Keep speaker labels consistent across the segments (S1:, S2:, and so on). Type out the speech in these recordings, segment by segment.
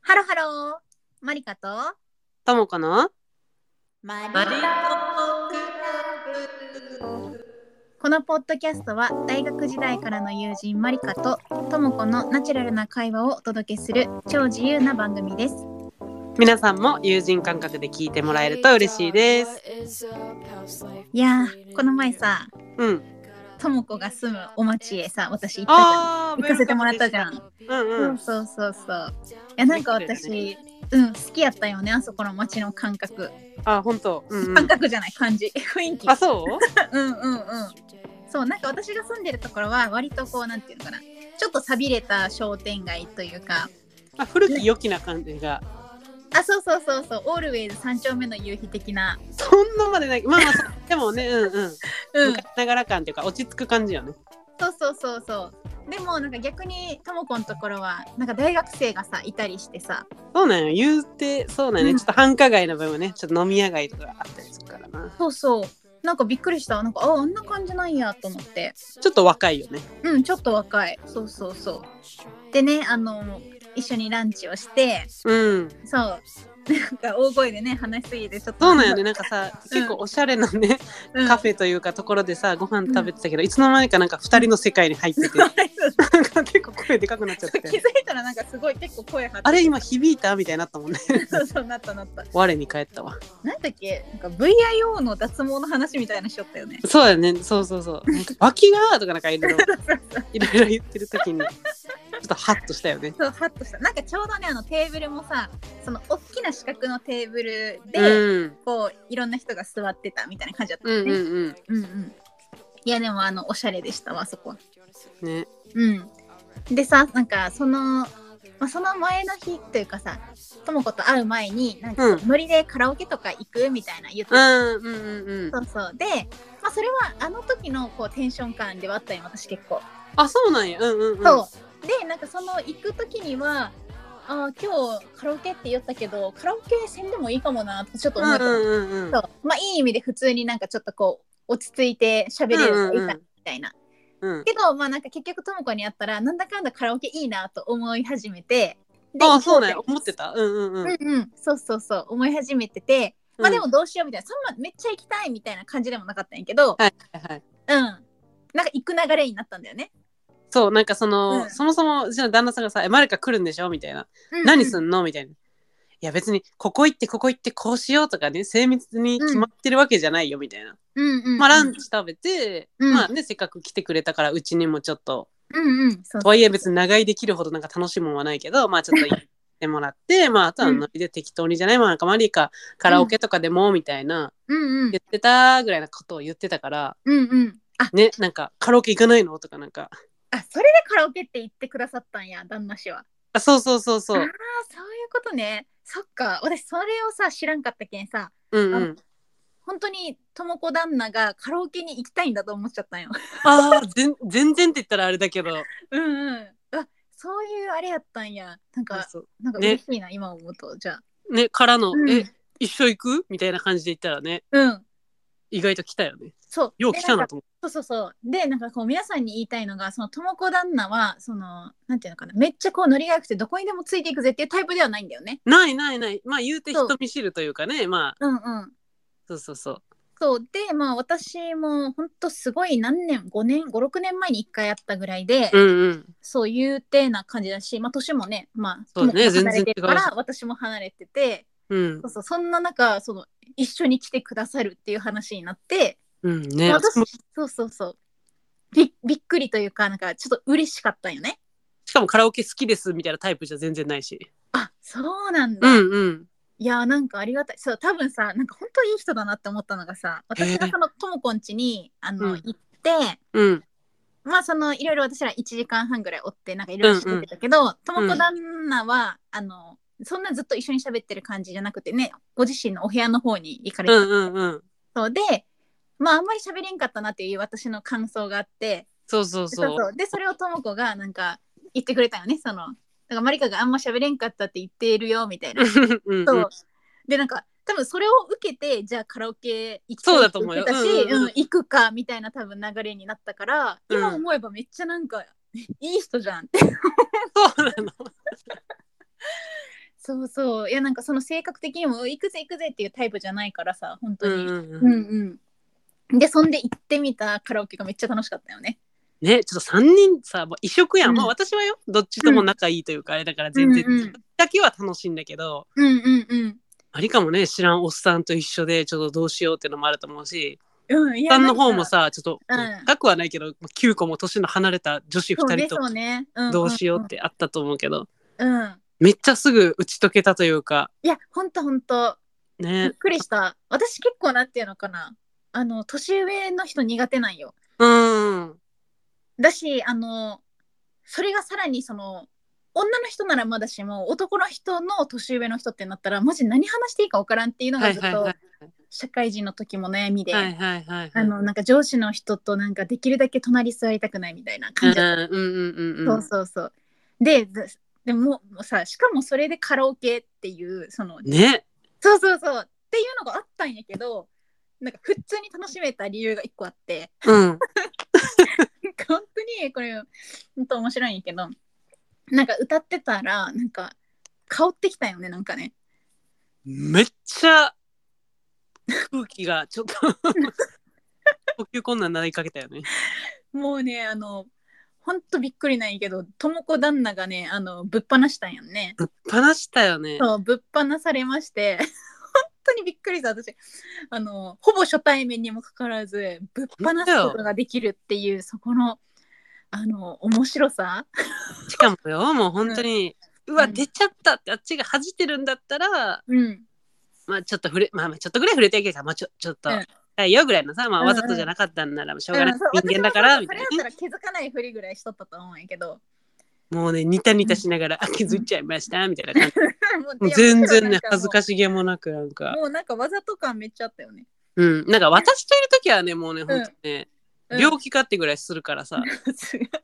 S1: ハロハロー、マリカと。
S2: ともかな
S1: マリ
S2: カポク
S1: このポッドキャストは大学時代からの友人マリカとともこのナチュラルな会話をお届けする超自由な番組です。
S2: 皆さんも友人感覚で聞いてもらえると嬉しいです。
S1: いやー、この前さ、
S2: うん。
S1: ともこが住むお町へさ、私行ったじゃん。
S2: ああ、
S1: 行かせてもらったじゃ
S2: ん。
S1: ん。
S2: うんうん。
S1: そうそうそう。いや、なんか私、うん、好きやったよね、あそこの町の感覚。
S2: あ、本当。うん、う
S1: 感
S2: ん。
S1: 覚じゃない、感じ、 雰囲気。
S2: あ、そ
S1: う
S2: う？
S1: んうんうん。そうなんか私が住んでるところは割とこうなんていうのかなちょっと寂れた商店街というか
S2: あ、古き良きな感じが。
S1: あそうそうそうそうオールウェイズ三丁目の夕日的な
S2: そんなまでない。まあまあそう、でもね、うんうん。
S1: うん
S2: 昔ながら感というか落ち着く感じよね。
S1: そうそうそうそうでもなんか逆にともこのところはなんか大学生がさいたりしてさ
S2: そうなんよ。言うてそうなんよね、
S1: うん
S2: ちょっと繁華街の分もね、ちょっと飲み屋街とかあったりするからな。
S1: そうそうなんかびっくりしたなんかああんな感じなんやと思って
S2: ちょっと若いよね。
S1: うんちょっと若いそうそうそうでねあの一緒にランチをして
S2: うん。
S1: そう なんか大声でね話しすぎてちょっと
S2: そうなんよね。なんかさ、結構おしゃれなね、
S1: うん
S2: カフェというかところでさご飯食べてたけど、いつの間にかなんか2人の世界に入っててなんか結構声でかくなっちゃっ
S1: 気づい
S2: て
S1: たらなんかすごい結構声張って
S2: あれ今響いたみたいになったもんね
S1: そうそうなったなった
S2: 我に返ったわ
S1: なんだっけなんか VIO の脱毛の話みたいなしよったよね
S2: そうだよねそうそうそうなんか脇がとかなんかい ろいろいろいろ言ってる時にちょっとハッとしたよね
S1: そうハッとしたなんかちょうどねあのテーブルもさその大きな四角のテーブル
S2: う
S1: で、
S2: ん
S1: こういろんな人が座ってたみたいな感じだった
S2: う
S1: の
S2: んう
S1: ね
S2: ん
S1: うんうん、いやでもあのおしゃれでしたわそこは
S2: うんね
S1: うんでさなんかその、まあ、その前の日というかさともこと会う前になんか
S2: うん
S1: ノリでカラオケとか行くみたいな言って
S2: うんうんうんうん
S1: そうそうで、まあ、それはあの時のこうテンション感ではあったよ私結構、
S2: あそうなんやうんうんうん
S1: そうでなんかその行く時にはあー今日カラオケって言ったけどカラオケせんでもいいかもなってちょっと思
S2: う
S1: っ
S2: ん
S1: た、
S2: うんうんうん
S1: そうまあいい意味で普通になんかちょっとこう落ち着いて喋れる人がいたみたいな、
S2: うん
S1: けどまあなんか結局ともこに会ったらなんだかんだカラオケいいなと思い始めてで
S2: あそうなんや
S1: 行こ
S2: 思ってたうんうんうん
S1: うぜうんうんそうそうそう思い始めててまあで
S2: は
S1: もどうしようみたいな、そんなめっちゃ行きたいみたいな感じでもなかったんやけど、
S2: いはい
S1: うん。なんか行く流れになったんだよね。
S2: そうなんかその、
S1: うん
S2: そもそもうちの旦那さんがさ「えマリカ来るんでしょ?」みたいな何すんのみたいな。いや別にここ行ってここ行ってこうしようとかね精密に決まってるわけじゃないよみたいな、
S1: うんうん。
S2: まあランチ食べて、
S1: うん
S2: まあねせっかく来てくれたからうちにもちょっと
S1: うんうん。そう
S2: と。はいえ別に長居できるほどなんか楽しいもんはないけどまあちょっと行ってもらって まああとはノリで適当にじゃない、まあなんかマリカカラオケとかでもみたいな、
S1: うんうん
S2: 言。ってたぐらいなことを言ってたから
S1: うんうん。あ、
S2: ねなんかカラオケ行かないのとかなんか
S1: あ、それでカラオケって言ってくださったんや、旦那氏は。
S2: あそうそうそうそ
S1: あー
S2: う
S1: そういうことね。そっか。私、それをさ、知らんかったけんさ、
S2: うんう
S1: あ
S2: ん
S1: 本当に、ともこ旦那がカラオケに行きたいんだと思っちゃったんよ。
S2: ああ全 全然って言ったらあれだけど
S1: うんうん。あ、そういうあれやったんや。なんか、
S2: そう
S1: なんか
S2: ね
S1: 嬉しいな、今思うと。じゃあ。
S2: ね、からの、
S1: うん
S2: え、一緒行くみたいな感じで言ったらね、
S1: うん。
S2: 意外と来たよね。
S1: そう。
S2: よう来た
S1: で
S2: なと思
S1: そうそうそう。で、なんかこう皆さんに言いたいのが、そのともこ旦那は、その、なんていうのかな、めっちゃこうノリが良くて、どこにでもついていくぜっていうタイプではないんだよね。
S2: う。ないないない。まあ言うて
S1: そう
S2: 人見知るというかね、まあ、
S1: うんうん。
S2: そうそうそう。
S1: そう。で、まあ私も本当すごい何年、5年、5、6年前に1回会ったぐらいで、
S2: うんうん。
S1: そういうてな感じだし、まあ年もね、まあ、
S2: そうね
S1: ともこが離れてるか
S2: 全然
S1: ら、私も離れてて、
S2: うん
S1: そう。そう、そんな中、その、一緒に来てくださるっていう話になって、
S2: うんね。
S1: 私
S2: 私も、
S1: そうそうそう。びびっくりというか、なんかちょっと嬉しかったんよね。
S2: しかもカラオケ好きですみたいなタイプじゃ全然ないし。
S1: あ、そうなんだ。
S2: うんうん。
S1: いやーなんかありがたいそう多分さなんか本当いい人だなって思ったのがさ私がそのともこんちにあの、
S2: うん
S1: 行って
S2: うん。
S1: まあそのいろいろ私ら1時間半ぐらいおってなんかいろいろ喋ってたけどともこ旦那は、あのそんなずっと一緒に喋ってる感じじゃなくてねご自身のお部屋の方に行かれ
S2: う
S1: て
S2: んうんうん。
S1: そうで、まああんまり喋れんかったなっていう私の感想があって
S2: そうそう
S1: そう
S2: そ。
S1: そううでそれをともこがなんか言ってくれたよねそのだからマリカがあんま喋れんかったって言っているよみたいな。
S2: うんう
S1: そ
S2: ん
S1: う。でなんか多分それを受けてじゃあカラオケ行き
S2: そ
S1: た
S2: う
S1: い
S2: だ
S1: っ
S2: と
S1: て
S2: 思う
S1: 言
S2: よ
S1: ってたし、
S2: うんうんうん
S1: うん行くかみたいな多分流れになったから、
S2: うん
S1: 今思えばめっちゃなんかいい人じゃんって
S2: そうなの。
S1: そうそういやなんかその性格的にも行くぜ行くぜっていうタイプじゃないからさ本当
S2: う
S1: に、
S2: んうん
S1: う
S2: うん
S1: んうん。で、そんで行ってみたカラオケがめっちゃ楽しかったよね。
S2: ねちょっと3人さもう異色やん、
S1: うん
S2: まあ私はよどっちとも仲いいというか、あれだから全然、
S1: うんうん
S2: だけは楽しいんだけど
S1: うんうんうん。
S2: ありかもね知らんおっさんと一緒でちょっとどうしようってのもあると思うし
S1: うん、い
S2: おっさんの方もさちょっと、
S1: うん
S2: 深くはないけど9個も年の離れた女子
S1: そう
S2: 2
S1: ね
S2: 人
S1: そう
S2: と
S1: ね、うんんん
S2: どうしようっ。てあったと思うけど、
S1: うん。
S2: めっちゃすぐ打ち解けたというか
S1: いや、ほんとほんと。びっ
S2: ね
S1: くりした。私結構なんていうのかな。あの、年上の人苦手なんよ。
S2: うん
S1: だし、あの、それがさらにその、女の人ならまだしも男の人の年上の人ってなったらマジ何話していいか分からんっていうの
S2: は
S1: が
S2: い
S1: ず
S2: は
S1: っ
S2: いは
S1: と
S2: い
S1: 社会人の時も悩みで、
S2: はいはいはい
S1: あのなんか上司の人となんかできるだけ隣座りたくないみたいな
S2: う
S1: 感
S2: ん
S1: じだった
S2: うんうんうん
S1: そうそうそう。で、ずでももうさ、しかもそれでカラオケっていう、その、
S2: ね
S1: そうそうそうっていうのがあったんやけど、なんか普通に楽しめた理由が一個あって、
S2: うん
S1: なんか本当にこれ、本当面白いんやけど、なんか歌ってたら、なんか、香ってきたよね、なんかね。
S2: めっちゃ空気がちょっと呼吸困難になりかけたよね
S1: もうね、あの、ほんとびっくりなんやけど、ともこ旦那がね、あの、ぶっ放したんやんね。
S2: 話したよね
S1: そうぶっ放されまして本当にびっくりした私あのほぼ初対面にもかかわらずぶっ放すことができるっていうそこのあの面白さ
S2: しかもよもう本当に、うわ
S1: うん
S2: 出ちゃったってあっちが恥じてるんだったら
S1: うん
S2: まあちょっと触れまあまあちょっとぐらい触れていけるからまあちょちょっと、
S1: うん
S2: はいよぐらいのさ、まあ、
S1: うんうん
S2: わざとじゃなかったんならしょうがない、
S1: うんそう
S2: 人間だから
S1: 私も
S2: み
S1: そ
S2: たいな
S1: れやったら気づかないふりぐらいしとったと思うんやけど
S2: もうねニタニタしながら、あ気づいちゃいましたみたいな感じ
S1: もう
S2: もう全然ね恥ず
S1: し
S2: かしげもなくなんか
S1: もうなんかわざと感めっちゃあったよね、
S2: うんなんか私といる時はねもうね
S1: ん
S2: ほんとね、
S1: うん
S2: 病気かってぐらいするからさ、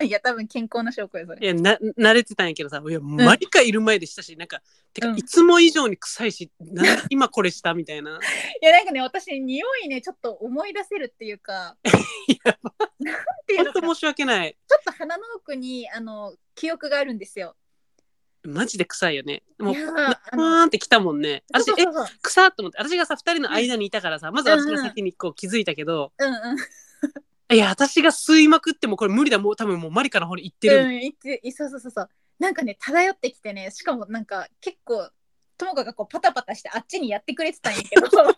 S1: いや多分健康な証拠よそ
S2: い
S1: れ
S2: やな慣れてたんやけどさいや毎回いる前でしたしなんかてか、
S1: うん
S2: いつも以上に臭いしなんで今これしたみたいな
S1: いやなんかね私匂いねちょっと思い出せるって いうか
S2: いや
S1: っていう
S2: ほ
S1: の
S2: ん
S1: か
S2: と
S1: ちょっ
S2: 申し訳ない
S1: と鼻の奥にあの記憶があるんですよ
S2: マジで臭いよねもう
S1: いやー
S2: な
S1: あ
S2: ふ
S1: の
S2: わーんってきたもんね 私
S1: そう
S2: え
S1: そうそう
S2: 臭っと思って私がさ2人の間にいたからさまず私
S1: うんう
S2: が
S1: ん
S2: 先にこう気づいたけど、
S1: うんうん
S2: いや私が吸いまくってもこれ無理だもう多分もうマリカの方に行ってる、
S1: うん、いついそうそうそうそうなんかね漂ってきてねしかもなんか結構ともかがこうパタパタしてあっちにやってくれてたんや けど本当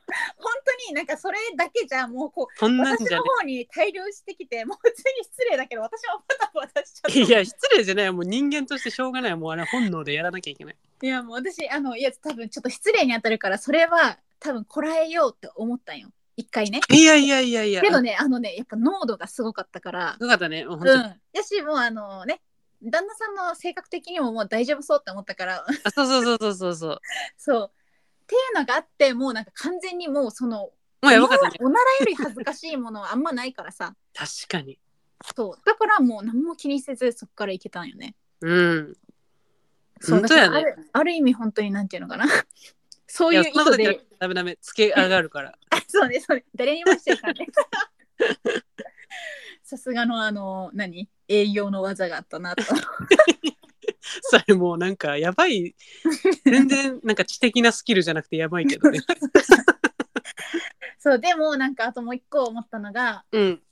S1: になんかそれだけじゃもうこ
S2: そん
S1: う
S2: なん
S1: 私
S2: じゃ
S1: の
S2: ね
S1: 方に大量してきてもう普通に失礼だけど私はパタパタしちゃった
S2: いや失礼じゃないもう人間としてしょうがないもうあれ本能でやらなきゃいけない
S1: いやもう私あのいや多分ちょっと失礼に当たるからそれは多分こらえようって思ったんよ一回ね
S2: いやいやいやいや
S1: けどねあのねやっぱ濃度がすごかったから
S2: よかったねもう本
S1: う
S2: 当
S1: ん
S2: に、
S1: やしもうあのね旦那さんの性格的にももう大丈夫そうって思ったから
S2: あそうそうそうそうそうそう
S1: そう。っていうのがあってもうなんか完全にもうその
S2: もうやばかったね
S1: おならより恥ずかしいものはあんまないからさ
S2: 確かに
S1: そうだからもう何も気にせずそこから行けたんよね。
S2: うん
S1: そう
S2: 本当
S1: だ
S2: や
S1: からあ
S2: ね
S1: るある意味本当になんていうのかな そう
S2: い
S1: いう
S2: や
S1: 意
S2: そんなこ
S1: 図
S2: と言っ
S1: で
S2: たらダメダメつけ上がるから
S1: あ そうねそうね誰にもしてるからね。 さすがのあの何営業の技があったなと
S2: それもうなんかやばい全然なんか知的なスキルじゃなくてやばいけどね
S1: そうでもなんかあともう一個思ったのが
S2: うん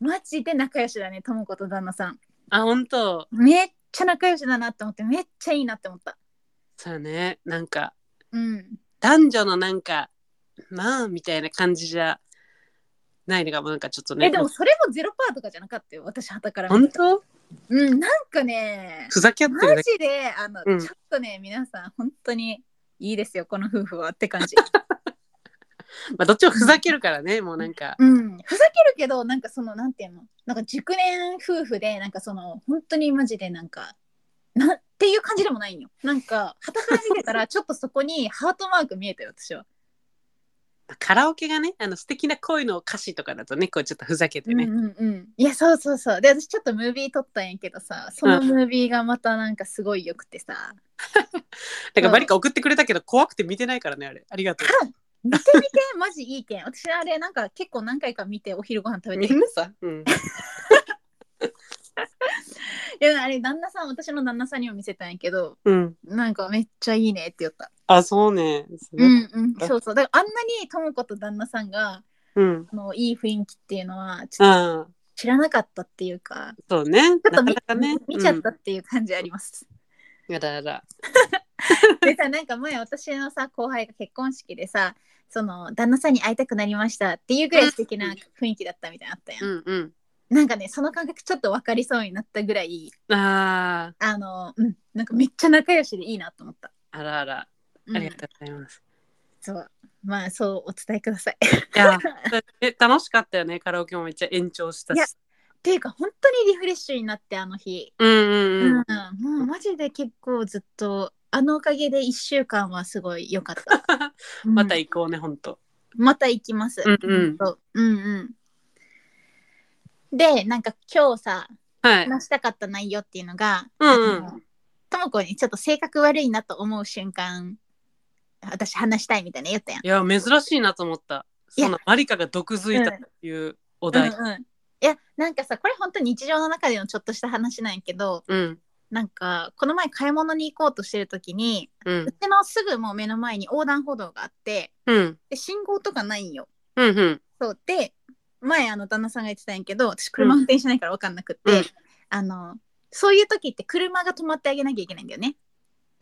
S1: マジで仲良しだねともこと旦那さん
S2: あ本当
S1: めっちゃ仲良しだなって思ってめっちゃいいなって思った
S2: そうねなんか
S1: うん
S2: 男女のなんかまあみたいな感じじゃないのがもうなんかちょっとね
S1: えでもそれもゼロパーとかじゃなかったよ私はたから見
S2: 本
S1: たら
S2: 当
S1: うんなんかね
S2: ふざけ合って
S1: マ
S2: るだけ
S1: ジであの、
S2: うん
S1: ちょっとね皆さん本当にいいですよこの夫婦はって 感じ
S2: まあどっちもふざけるからねもうなんか
S1: うんふざけるけどなんかそのなんていうのなんか熟年夫婦でなんかその本当にマジでなんかなんっていう感じでもないんよなんかはたから見てた らちょっとそこにハートマーク見えたよ私は、
S2: カラオケがねあの素敵な恋の歌詞とかだとねこうちょっとふざけて
S1: うん
S2: ね、
S1: うんうんいやそうそうそうで私ちょっとムービー撮ったんやけどさそのムービーがまたなんかすごいよくてさ、
S2: だからバリカ送ってくれたけど怖くて見てないからねあれあ りがとう
S1: 見てみて、マジいいけん。私あれ、なんか結構何回か見てお昼ご飯食べてる。
S2: うん、
S1: でもあれ旦那さん私の旦那さんにも見せたんやけど
S2: うん。
S1: なんかめっちゃいいねって言った
S2: あ、そうね。
S1: うんうんそうそうだからあんなにともこと旦那さんが
S2: うん。
S1: あのいい雰囲気っていうのはちょっ
S2: ああ、
S1: と知らなかったっていうか
S2: そうね。
S1: ちょっと見
S2: なかなかね。
S1: 見ちゃったっていう感じあります、
S2: うん。やだやだ。
S1: でさなんか前私のさ後輩が結婚式でさその旦那さんに会いたくなりましたっていうぐらい素敵な雰囲気だったみたいなのあったやん、
S2: うんう
S1: なんかねその感覚ちょっと分かりそうになったぐらい
S2: ん。ああ、
S1: あのうんなんかめっちゃ仲良しでいいなと思った、
S2: あらあら。
S1: うん
S2: ありがとうございます。
S1: そうまあそうお伝えください
S2: いや、え楽しかったよね。カラオケもめっちゃ延長した
S1: いや
S2: し。
S1: っていうか本当にリフレッシュになってあの日
S2: うんうんうん。
S1: うん、もうマジで結構ずっとあのおかげで1週間はすごい良かった、 うん
S2: また行こうね、ほんと。
S1: また行きます
S2: うんうん
S1: ほとうんうんでなんか今日さ
S2: はい。
S1: 話したかった内容っていうのが
S2: うんう
S1: あの
S2: ん。
S1: ともこにちょっと性格悪いなと思う瞬間私話したいみたいな言ったやん
S2: いや、珍しいなと思った。
S1: いや
S2: そのマリカが毒づいたっていうお
S1: うん
S2: 題。
S1: うんいやなんかさこれ本当日常の中でのちょっとした話なんやけど
S2: うん。
S1: なんかこの前買い物に行こうとしてる時に
S2: うん
S1: う。ちのすぐもう目の前に横断歩道があって
S2: うん。
S1: で信号とかないんよ。
S2: うん。うん。
S1: そうで前あの旦那さんが言ってたんやけど私車運転しないから分かんなくって、
S2: うん
S1: あのそういう時って車が止まってあげなきゃいけないんだよね。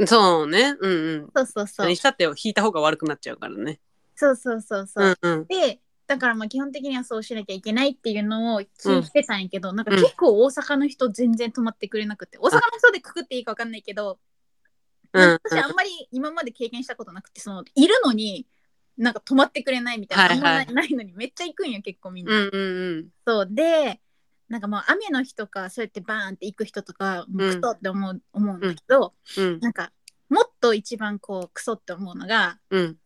S2: そうね。うんうん。
S1: そうそうそう
S2: 何したって引いた方が悪くなっちゃうからね。
S1: そうそうそうそうう。
S2: んうん。
S1: でだからまあ基本的にはそうしなきゃいけないっていうのを聞いてたんやけど、なんか結構大阪の人全然止まってくれなくて大阪の人でくくっていいか分かんないけど、
S2: うんうん。
S1: 私あんまり今まで経験したことなくてそのいるのになんか止まってくれないみたいな、
S2: はいは
S1: あ
S2: い
S1: んまないのにめっちゃ行くんよ結構みんな。
S2: うんうん
S1: そうでなんかもう雨の日とかそうやってバーンって行く人とかもうクソって思う,、思うんだけど、
S2: うん。
S1: なんかもっと一番こうクソって思うのが
S2: うん。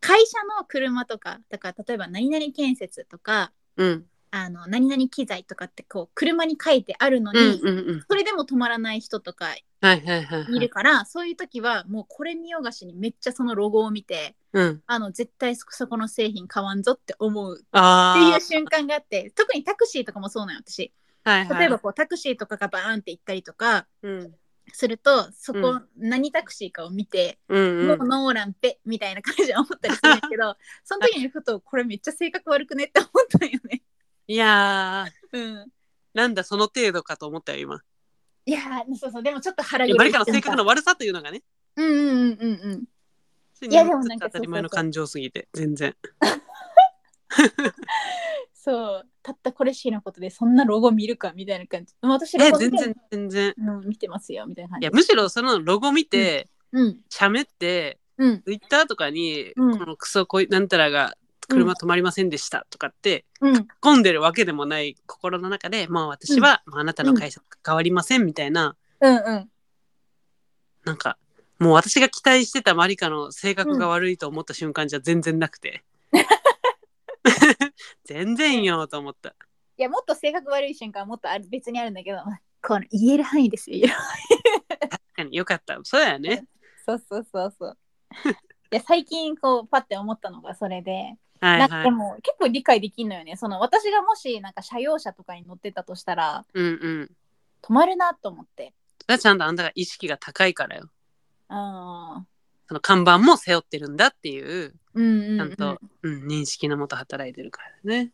S1: 会社の車とかだから例えば何々建設とか
S2: うん。
S1: あの何々機材とかってこう車に書いてあるのに、
S2: うんうんうん。
S1: それでも止まらない人とか
S2: はいはいはいはい
S1: る
S2: い。
S1: から、そういう時はもうこれ見よがしにめっちゃそのロゴを見て
S2: うん。
S1: あの絶対そそこの製品買わんぞって思うってい
S2: あ
S1: う瞬間があって特にタクシーとかもそうなんよ私。
S2: あ。はいはい。
S1: 例えばこうタクシーとかがバーンって行ったりとか
S2: うん。
S1: するとそこ、
S2: うん
S1: 何タクシーかを見て、
S2: うん
S1: も
S2: う。
S1: うんノーランペみたいな感じで思ったりするんだけ どその時にふとこれめっちゃ性格悪くねって思ったんよね。
S2: いやー、
S1: うん、
S2: なんだその程度かと思ったよ、今。
S1: いやーそうそうでもちょっと腹
S2: い
S1: 黒
S2: や
S1: い
S2: マリカの性格の悪さというのがね。
S1: うんうんうんうんうん
S2: い
S1: やでもなんか
S2: 当たり前の感情すぎて、全然。
S1: そうたったこれしのことでそんなロゴ見るかみたいな感じもう私
S2: え、
S1: ロゴ見
S2: 全
S1: て
S2: 然、全然。
S1: うん、見てますよみたいない
S2: や、
S1: 感じ
S2: むしろそのロゴ見て、
S1: うん
S2: 喋って、
S1: うん
S2: ツイッターとかに、
S1: うん
S2: このクソこいなんたらが車止まりませんでしたとかって、
S1: うん
S2: 混んでるわけでもない心の中で、まあ私は、まああなたの会社と関わりませんみたいな、
S1: うんうん
S2: なんか、もう私が期待してたマリカの性格が悪いと思った瞬間じゃ全然なく て。全然よと思った。
S1: いやもっと性格悪い瞬間はもっとある別にあるんだけどこの言える範囲ですよ
S2: 確かによかった。そうやね。
S1: そうそうそうそう。いや最近こうパッて思ったのがそれで、
S2: はい
S1: なんか
S2: は
S1: で
S2: い。
S1: も結構理解できんのよね。その私がもしなんか車用車とかに乗ってたとしたら
S2: うんうん。
S1: 止まるなと思って。
S2: それはちゃんとあんたが意識が高いからよ。
S1: うん
S2: その看板も背負ってるんだっていう、
S1: うんう
S2: ちゃ
S1: ん
S2: んと、うん、認識のもと働いてるからね。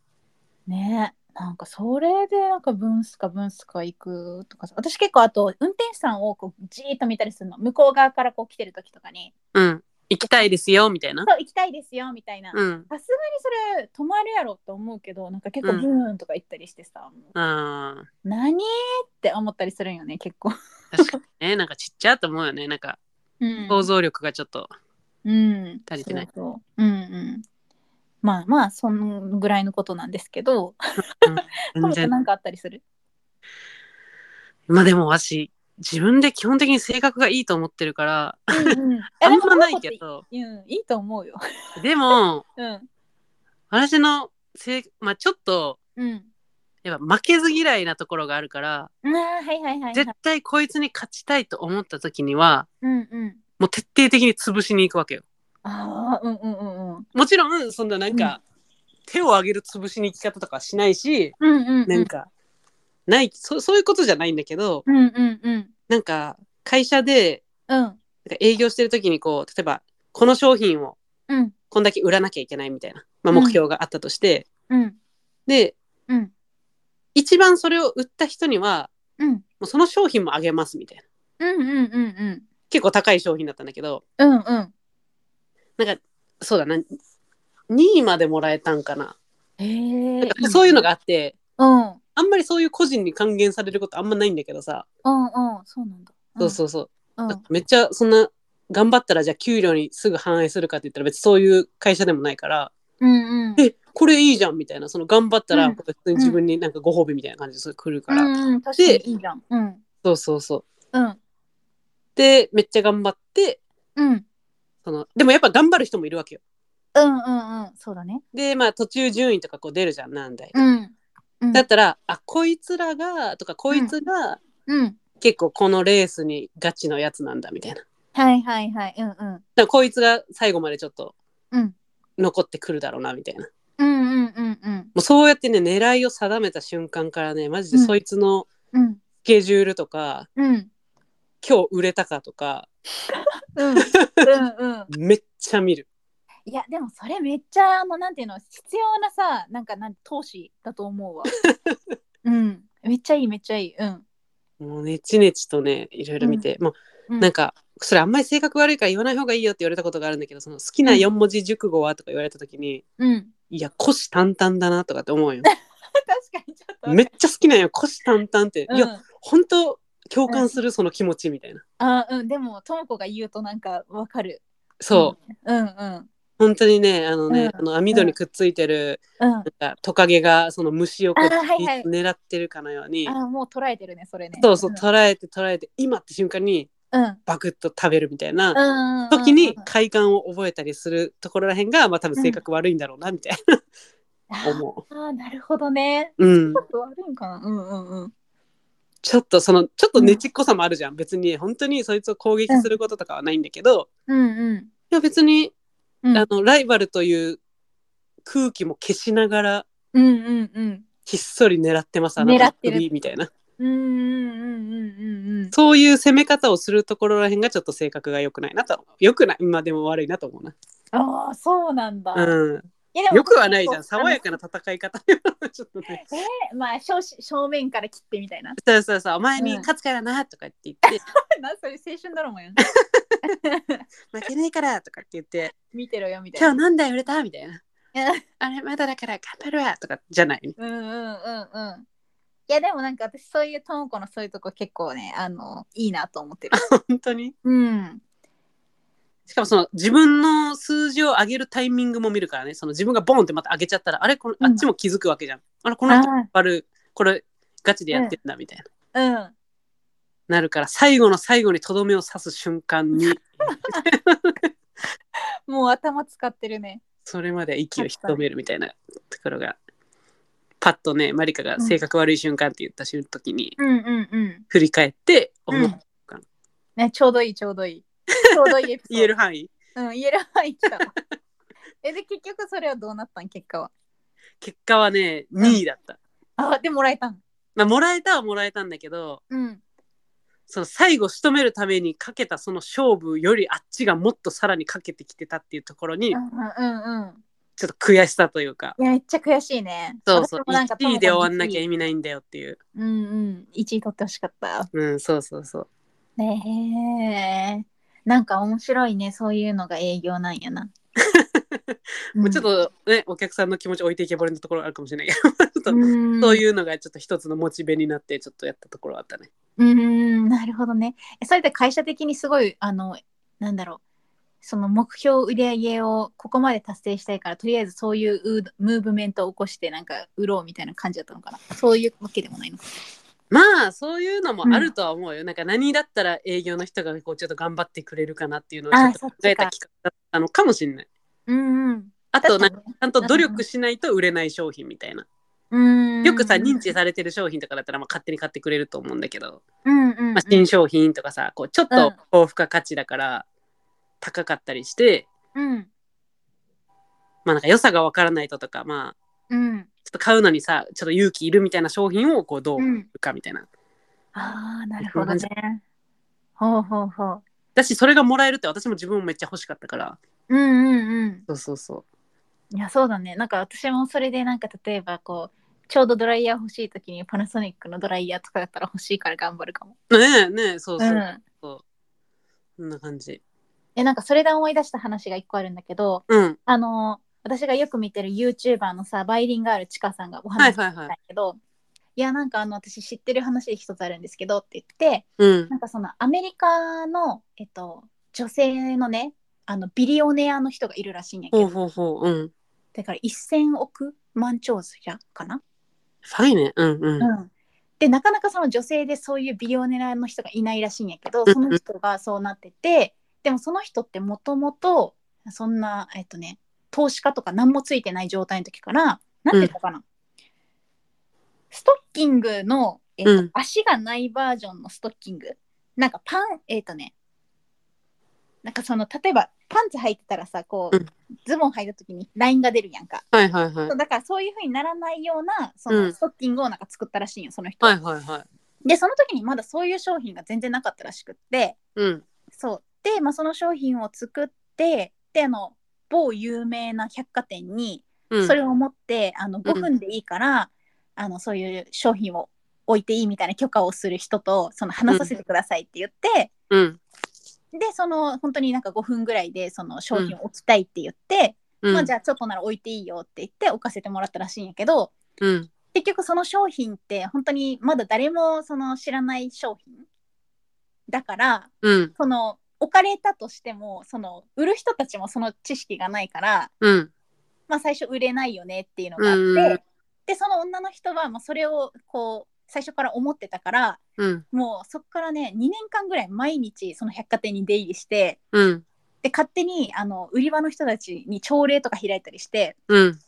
S1: ねなんかそれでなんか分数か分数か行くとかさ私結構あと運転手さんをこうじーっと見たりするの向こう側からこう来てる時とかに
S2: うん。行きたいですよみたいな
S1: 「そ。う行きたいですよ」みたいなさす
S2: うん。
S1: がにそれ止まるやろと思うけどなんか結構
S2: うん
S1: ブーンとか行ったりしてさ、
S2: ああ。
S1: 何って思ったりするんよね結構。
S2: 確かにね。なんかちっちゃいと思うよね。なんか
S1: うん
S2: 想像力がちょっと。
S1: うん、
S2: 足りてない
S1: そうそううんうんまあまあそのぐらいのことなんですけど ト
S2: 全
S1: ムと
S2: 然。
S1: なんかあったりす る
S2: まあでもわし、自分で基本的に性格がいいと思ってるから、
S1: うんうん
S2: あんまないけ
S1: ど
S2: ど、
S1: うん、いいと思うよ。
S2: でも、
S1: うん。
S2: 私のせい、まあちょっと、
S1: うん。
S2: やっぱ負けず嫌いなところがあるから、
S1: あーはいはいはい、はい
S2: 絶。対こいつに勝ちたいと思った時には、
S1: うんうん。
S2: もう徹底的に潰しに行くわけよ。
S1: ああ、うんうんうんうん。
S2: もちろん、そんななんか、手を上げる潰しに行き方とかはしないし、
S1: うんうん、うん。
S2: なんか、ないそそういうことじゃないんだけど
S1: うんうんうん
S2: なんか会社で
S1: うん
S2: なんか営業してる時にこう例えばこの商品を
S1: うん
S2: こんだけ売らなきゃいけないみたいな、まあ、目標があったとして、
S1: うん
S2: で
S1: うん
S2: 一番それを売った人には
S1: うん
S2: もうその商品もあげますみたいな
S1: うんうんうんうん
S2: 結構高い商品だったんだけど
S1: うんうん
S2: そうだな2位までもらえたんかな,、
S1: へ
S2: なんかそういうのが
S1: あ
S2: あって
S1: うんうん
S2: あんまりそういう個人に還元されることあんまないんだけどさ、
S1: うんそうなんだ
S2: そう
S1: う
S2: そうそう
S1: うん
S2: なんかめっちゃそんな頑張ったらじゃあ給料にすぐ反映するかって言ったら別にそういう会社でもないから、
S1: うんうん
S2: えこれいいじゃんみたいなその頑張ったら
S1: うん
S2: 普通に自分になんかご褒美みたいな感じでそれ来るから、
S1: うんうん確かにいいじゃんうん
S2: そうそうそう
S1: うん
S2: でめっちゃ頑張って
S1: うん
S2: そのでもやっぱ頑張る人もいるわけよ
S1: うんうんうんそうだね
S2: でまあ途中順位とかこう出るじゃん何台、
S1: うんうん
S2: だったらあこいつらがとかこいつが
S1: うん
S2: 結構このレースにガチのやつなんだみたいなだか
S1: はいはいはいうんうん
S2: らこいつが最後までちょっと
S1: うん
S2: 残ってくるだろうなみたいな
S1: うんうんうんうん
S2: もうそうやってね狙いを定めた瞬間からねマジで
S1: うん
S2: そいつの
S1: うん
S2: スケジュールとか、
S1: うん
S2: 今日売れたかとか
S1: うんうんうん
S2: めっちゃ見る
S1: いやでもそれめっちゃあのなんていうの必要なさなんかなん投資だと思 うわうんめっちゃいいめっちゃいいうん
S2: もうねちねちとねいろいろ見て、も
S1: う
S2: うんなんかそれあんまり性格悪いから言わない方がいいよって言われたことがあるんだけどその好きな4文字熟語はとか言われた時に、
S1: うん
S2: いや虎視眈々だなとかって思うよ
S1: 確かにちょっと
S2: めっちゃ好きなんよ虎視眈々って、
S1: うん
S2: いや本当共感するその気持ちみたいな、
S1: あうんでもともこが言うとなんかわかる
S2: そう、
S1: うんうん
S2: 本当にねあのね、
S1: うん
S2: あの網戸にくっついてる、
S1: うん
S2: なんかトカゲがその虫をこう、
S1: あーはいはい
S2: 狙ってるかのように、
S1: あもう捉えてるねそれね
S2: そうそう捉えて捉えて今って瞬間に
S1: うんうん
S2: バクッと食べるみたいな
S1: うんうん
S2: 時に快感を覚えたりするところらへんがまあ多分性格悪いんだろうなみたい
S1: あ
S2: な思
S1: あなるほどね
S2: う、うん、
S1: ちょっと悪いんかなうんうんうん
S2: ちょっとそのちょっとねちっこさもあるじゃん別に本当にそいつを攻撃することとかはないんだけど、
S1: うんうん
S2: いや別に
S1: うん
S2: あのライバルという空気も消しながら
S1: うんうんうん
S2: ひっそり狙ってますあなたの首みたいな
S1: うんうんうんうんうんうん
S2: そういう攻め方をするところらへんがちょっと性格が良くないなと良くないまあでも悪いなと思うな、
S1: ああそうなんだ、
S2: うん、
S1: いやでも
S2: よくはないじゃん
S1: 結構
S2: 爽やかな戦い方ちょっ とね
S1: あのえまあ正正面から切ってみたいな
S2: そうそうそうお前
S1: う
S2: に
S1: ん
S2: 勝つからなとかって言って、
S1: なんそれ青春ドラマ やん
S2: 負けないからとかって言って
S1: 見てろよみた
S2: 今
S1: い
S2: 日何台売れたみたいな
S1: な
S2: あれまだだから頑張るわとかじゃない
S1: うんうんうんうんいやでもなんか私そういうともこのそういうとこ結構ねあのいいなと思ってる
S2: 本当に
S1: うん
S2: しかもその自分の数字を上げるタイミングも見るからねその自分がボンってまた上げちゃったらあれこの
S1: うん
S2: あっちも気づくわけじゃん、あれこの人
S1: あ
S2: あるこれガチでやってんだみたいな、
S1: ー
S2: なるから最後の最後にとどめを刺す瞬間に
S1: うんもう頭使ってるね
S2: それまで息を引き止めるみたいな ところがパッとねマリカが性格悪い瞬間って言った瞬時に、
S1: うんうんうん
S2: 振り返って思う、
S1: うんねちょうどいいちょうど いいちょうどいいエピソード
S2: 言える範囲
S1: うん言える範囲来たわえで結局それはどうなったん結果は
S2: 結果はね2位だった、
S1: あでもらえたん
S2: まあ、もらえたはもらえたんだけど
S1: うん
S2: その最後仕留めるためにかけたその勝負よりあっちがもっとさらにかけてきてたっていうところに
S1: うんうんうん
S2: ちょっと悔しさというか、
S1: いやめっちゃ悔しいね
S2: そうそう
S1: 私もなんか
S2: 1位で終わんなきゃ
S1: い
S2: 意味ないんだよっていう
S1: うんうん1位取ってほしかった
S2: うんそうそうそう
S1: ねえなんか面白いねそういうのが営業なんやな
S2: もうちょっとね、お客さんの気持ち置いていけぼれのところあるかもしれないけど ちょっと、
S1: うん
S2: そう
S1: う
S2: いうのがちょっと一つのモチベになってちょっとやったところはあったね
S1: んうんなるほどねえそれで会社的にすごいあのなんだろうその目標売り上げをここまで達成したいからとりあえずそういううムーブメントを起こしてなんか売ろうみたいな感じだったのかなそういうわけでもないのか
S2: まあそういうのもあるとは思うよ、なんか何だったら営業の人がこうちょっと頑張ってくれるかなっていうのをちょっと考えた
S1: あそっ
S2: 企画だったのかもしれない
S1: うんうん
S2: あとなんか
S1: 確か
S2: ちゃんと努力しないと売れない商品みたいな
S1: にうん
S2: よくさ認知されてる商品とかだったらまあ勝手に買ってくれると思うんだけど、
S1: うんうん、うん
S2: まあ、新商品とかさこうちょっと高付加価値だから高かったりして、
S1: うん
S2: まあなんか良さがわからないととかまあ
S1: うん。
S2: ちょっと買うのにさちょっと勇気いるみたいな商品をこうどう
S1: うん
S2: 売るかみたいな、
S1: ああ、なるほどね。ほうほうほう。
S2: だしそれがもらえるって私も自分もめっちゃ欲しかったから
S1: うんうんう
S2: そうそうそ
S1: ん。いや、そうだね。なんか私もそれで、なんか例えばこう、ちょうどドライヤー欲しいときにパナソニックのドライヤーとかだったら欲しいから頑張るかも。
S2: うねえねえそうそう、
S1: うん。
S2: こんな感じ
S1: え、なんかそれで思い出した話が一個あるんだけど、
S2: うん
S1: あのー私がよく見てる YouTuber のさ、バイリンガールチカさんがお
S2: は
S1: 話
S2: い
S1: しし
S2: はいは
S1: たん
S2: い
S1: だけど、いや、なんかあの、私知ってる話で一つあるんですけどって言って、
S2: うん
S1: なんかそのアメリカの、えっと、女性のねあのビリオネアの人がいるらしいんやけ
S2: ほ
S1: ど、
S2: うほうほううん
S1: だから1,000億万長者かな、
S2: ファイねうんうん
S1: うんでなかなかその女性でそういうビリオネアの人がいないらしいんやけど
S2: んうん
S1: その人がそうなっててでもその人ってもともとそんなえっとね投資家とか何もついてない状態の時から何て言ったかな、ストッキングの、えっと
S2: うん
S1: 足がないバージョンのストッキングなんかパンえっ、とねなんかその例えばパンツ履いてたらさこう、
S2: うん
S1: ズボン履いた時にラインが出るやんか
S2: はいはいはい
S1: そうだからそういう風にならないようなそうの
S2: ん
S1: ストッキングをなんか作ったらしいんよその人、
S2: はいはいはい
S1: でその時にまだそういう商品が全然なかったらしくって
S2: うん
S1: そうで、まあ、その商品を作ってであの某有名な百貨店に
S2: うん
S1: それを持って、あの
S2: うん
S1: 5分でいいから、あのそういう商品を置いていいみたいな許可をする人とその話させてくださいって言って、
S2: うん
S1: でその本当になんか5分ぐらいでその商品を置きたいって言って、
S2: うん
S1: まあ、じゃあちょっとなら置いていいよって言って置かせてもらったらしいんやけど、
S2: うん
S1: 結局その商品って本当にまだ誰もその知らない商品だから
S2: うん
S1: その置かれたとしてもその売る人たちもその知識がないから、
S2: うん
S1: まあ、最初売れないよねっていうのがあって、
S2: うん
S1: でその女の人はまあそれをこう最初から思ってたから
S2: うん
S1: もうそこからね2年間ぐらい毎日その百貨店に出入りして
S2: うん
S1: で勝手にあの売り場の人たちに朝礼とか開いたりして
S2: うん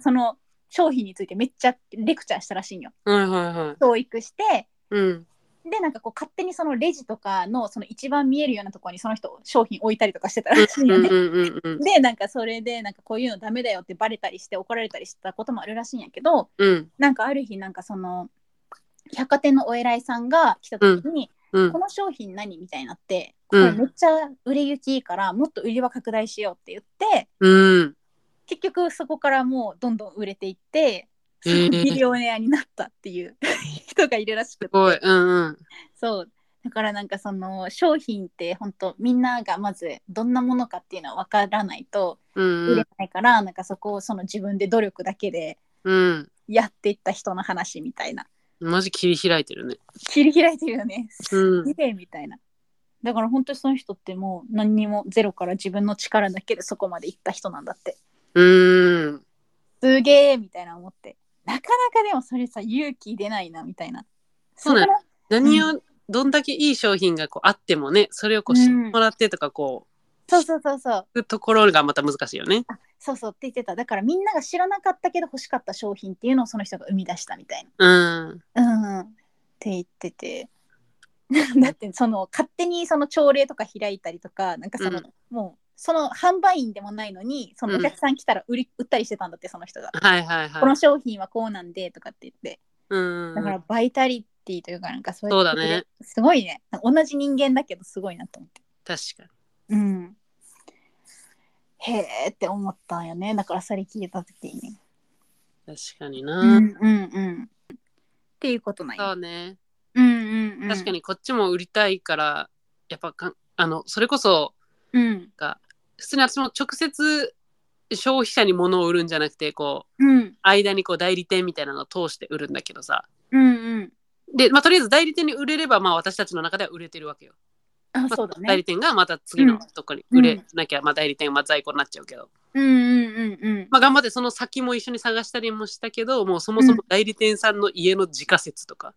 S1: その商品についてめっちゃレクチャーしたらしいんよ。
S2: はいはいはい
S1: 教育して
S2: うん
S1: でなんかこう勝手にそのレジとかのその一番見えるようなところにその人商品置いたりとかしてたらしいよ
S2: うん
S1: ね。
S2: うんうん
S1: でなんかそれでなんかこういうのダメだよってバレたりして怒られたりしてたこともあるらしいんやけど
S2: うん
S1: なんかある日なんかその百貨店のお偉いさんが来た時に、
S2: うん
S1: この商品何みたいになって、
S2: うん
S1: これめっちゃ売れ行きいいからもっと売りは拡大しようって言って
S2: うん
S1: 結局そこからもうどんどん売れていって
S2: へー
S1: ミリオネアになったっていう 人がいるらしくて
S2: す。ごいうんうん
S1: そうだからなんかその商品って本当みんながまずどんなものかっていうのは分からないと
S2: うん
S1: 売
S2: う
S1: れ
S2: ん
S1: ないから、なんかそこをその自分で努力だけで
S2: うん
S1: やっていった人の話みたいな
S2: マジ切り開いてるね
S1: 切り開いてるよね
S2: う
S1: す
S2: ん
S1: げえみたいな、だから本当にその人ってもう何にもゼロから自分の力だけでそこまでいった人なんだって
S2: うん
S1: すげえみたいな思ってなかなかでもそれさ勇気出ないなみたいな
S2: そうだよ
S1: こら
S2: 何をどんだけいい商品がこうあってもねそれをこう知ってもらってとかこ
S1: そうそうそうそう
S2: うところがまた難しいよね
S1: そうそうって言ってただからみんなが知らなかったけど欲しかった商品っていうのをその人が生み出したみたい
S2: うん
S1: な。うん、って言ってて だってその勝手にその朝礼とか開いたりとかなんかその、
S2: う
S1: もうその販売員でもないのにそのお客さん来たら売り、売ったりしてたんだってその人が、
S2: はいはいはい
S1: この商品はこうなんでとかって言って
S2: うん
S1: だからバイタリティというかなんかそういう
S2: そうだね
S1: すごいね同じ人間だけどすごいなと思って。
S2: 確かに
S1: うんへえって思ったんよねだからそれ聞いた時に
S2: 確かに
S1: うん
S2: な
S1: うんうん。っていうことなん
S2: そ
S1: や。
S2: うね
S1: うんうんうん。
S2: 確か。にこっちも売りたいからやっぱかんあのそれこそ
S1: うん。
S2: が普通に私も直接消費者に物を売るんじゃなくてこう
S1: うん。
S2: 間にこう代理店みたいなのを通して売るんだけどさ
S1: うんうん。
S2: で、まあ、とりあえず代理店に売れれば、まあ、私たちの中では売れてるわけよ、
S1: あ、
S2: まあ
S1: そうだね
S2: 代理。店がまた次のとこに売
S1: う
S2: れ
S1: ん
S2: なきゃ、まあ、代理店はまあ在庫になっちゃうけど、
S1: うんうんうんうん。
S2: まあ、頑張ってその先も一緒に探したりもしたけどもうそもそも代理店さんの家の自家説とか、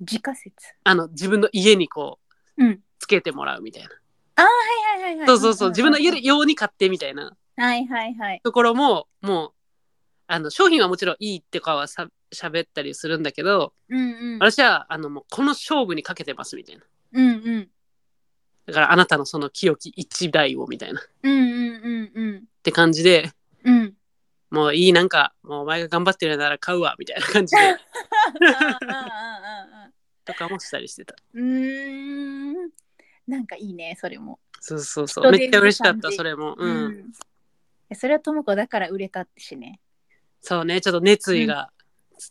S1: 自家説。
S2: あの自分の家にこう
S1: うん。
S2: つけてもらうみたいな、
S1: はいはいはいはい。
S2: そうそうそう、自分の家
S1: で。
S2: 用に買ってみたいな、
S1: はいはいはい。
S2: ところももうあの商品はもちろんいいってかはさ喋ったりするんだけど
S1: うんうん。
S2: 私はあのもうこの勝負にかけてますみたいな
S1: うんうん。
S2: だからあなたのその清き一台をみたいなっ
S1: うんうんうんうん。
S2: て感じで
S1: うん。
S2: もういい、なんか、もうお前が頑張ってるなら買うわ、みたいな感じ で、とかもしたりしてた。
S1: うーん。なんかいいね、それも。
S2: そうそうそ
S1: 人
S2: う。
S1: 手
S2: めっちゃ嬉しかっ
S1: って
S2: た、
S1: 感じ
S2: それも。うん。
S1: いやそれはともこだから売れたってしね。
S2: そうね、ちょっと熱意が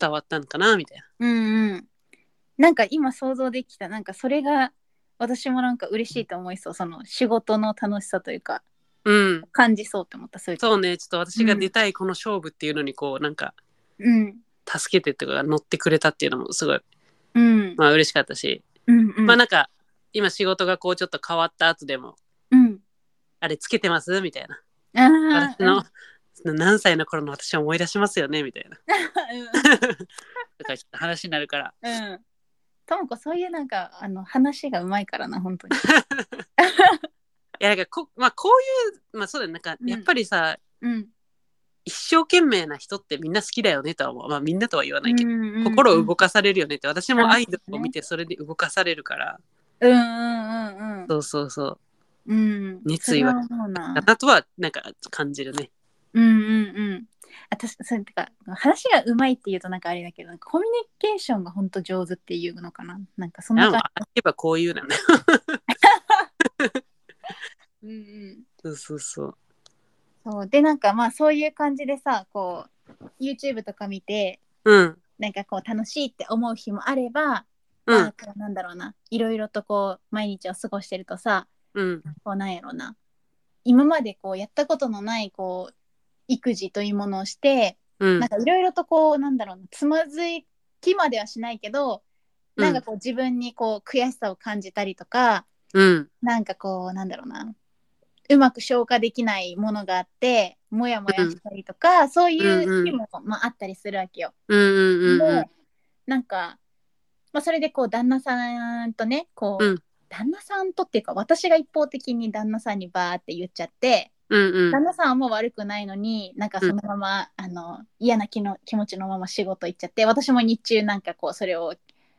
S2: 伝わったんかな、みたいな。
S1: うんうん。なんか今想像できた、なんかそれが私もなんか嬉しいと思いそう。その仕事の楽しさというか、
S2: うん。
S1: 感じそうって思った、そういう。
S2: そうね、ちょっと私が出たいこの勝負っていうのに、こう、なんか、
S1: うん。
S2: 助けてっていうか、乗ってくれたっていうのもすごい、
S1: うん。
S2: まあ嬉しかったし、
S1: うんうん。
S2: まあなんか、今仕事がこう、ちょっと変わった後でも、
S1: うん。
S2: あれつけてますみたいな。
S1: あ
S2: 私
S1: あ。
S2: の、何歳の頃の私を思い出しますよねみたいな。とかちょっと話になるから。
S1: うん。うんともこそういうなんかあの話がうまいからな本 当に。
S2: いやなんかこまあこういうまあそうだよなんか
S1: うん
S2: やっぱりさ、
S1: うん。
S2: 一生懸命な人ってみんな好きだよねとは思う。まあみんなとは言わないけど。
S1: うんうん
S2: 心を動
S1: く。
S2: かされるよねって私
S1: あ
S2: もアイドルを見てそれで動かされるから
S1: うんうんうんうん。
S2: そうそうそう
S1: うん。
S2: 熱意は
S1: それ思うな
S2: だなとはなんか感じるね
S1: うんうんうん。私そうてか話がうまいっていうとなんかあれだけどコミュニケーションが本当上手っていうのかななんかそん
S2: で
S1: な
S2: も
S1: 感
S2: ああればこういうのね
S1: じ、うんうん、
S2: そうそうそう
S1: そうでなんかまあそういう感じでさこう YouTube とか見て
S2: うん
S1: なんかこう楽しいって思う日もあれば、
S2: う
S1: まあ
S2: ん
S1: こうなんだろうないろいろとこう毎日を過ごしてるとさ
S2: うん
S1: こうなんやろうな今までこうやったことのないこう育児というものをして
S2: うん
S1: なんかいろいろとこうなんだろうなつまずきまではしないけどなんかこう自分にこう悔しさを感じたりとか
S2: うん
S1: なんかこうなんだろうなうまく消化できないものがあってモヤモヤしたりとか、そういう日も、まあ、あったりするわけよ。
S2: うんうんうん
S1: でなんか、まあ、それでこう旦那さんとねこう、
S2: うん
S1: 旦那さんとっていうか私が一方的に旦那さんにバーって言っちゃって、
S2: うんうん
S1: 旦那さんはもう悪くないのになんかそのまま、あの嫌な気の気持ちのまま仕事行っちゃって私も日中なんかこうそれを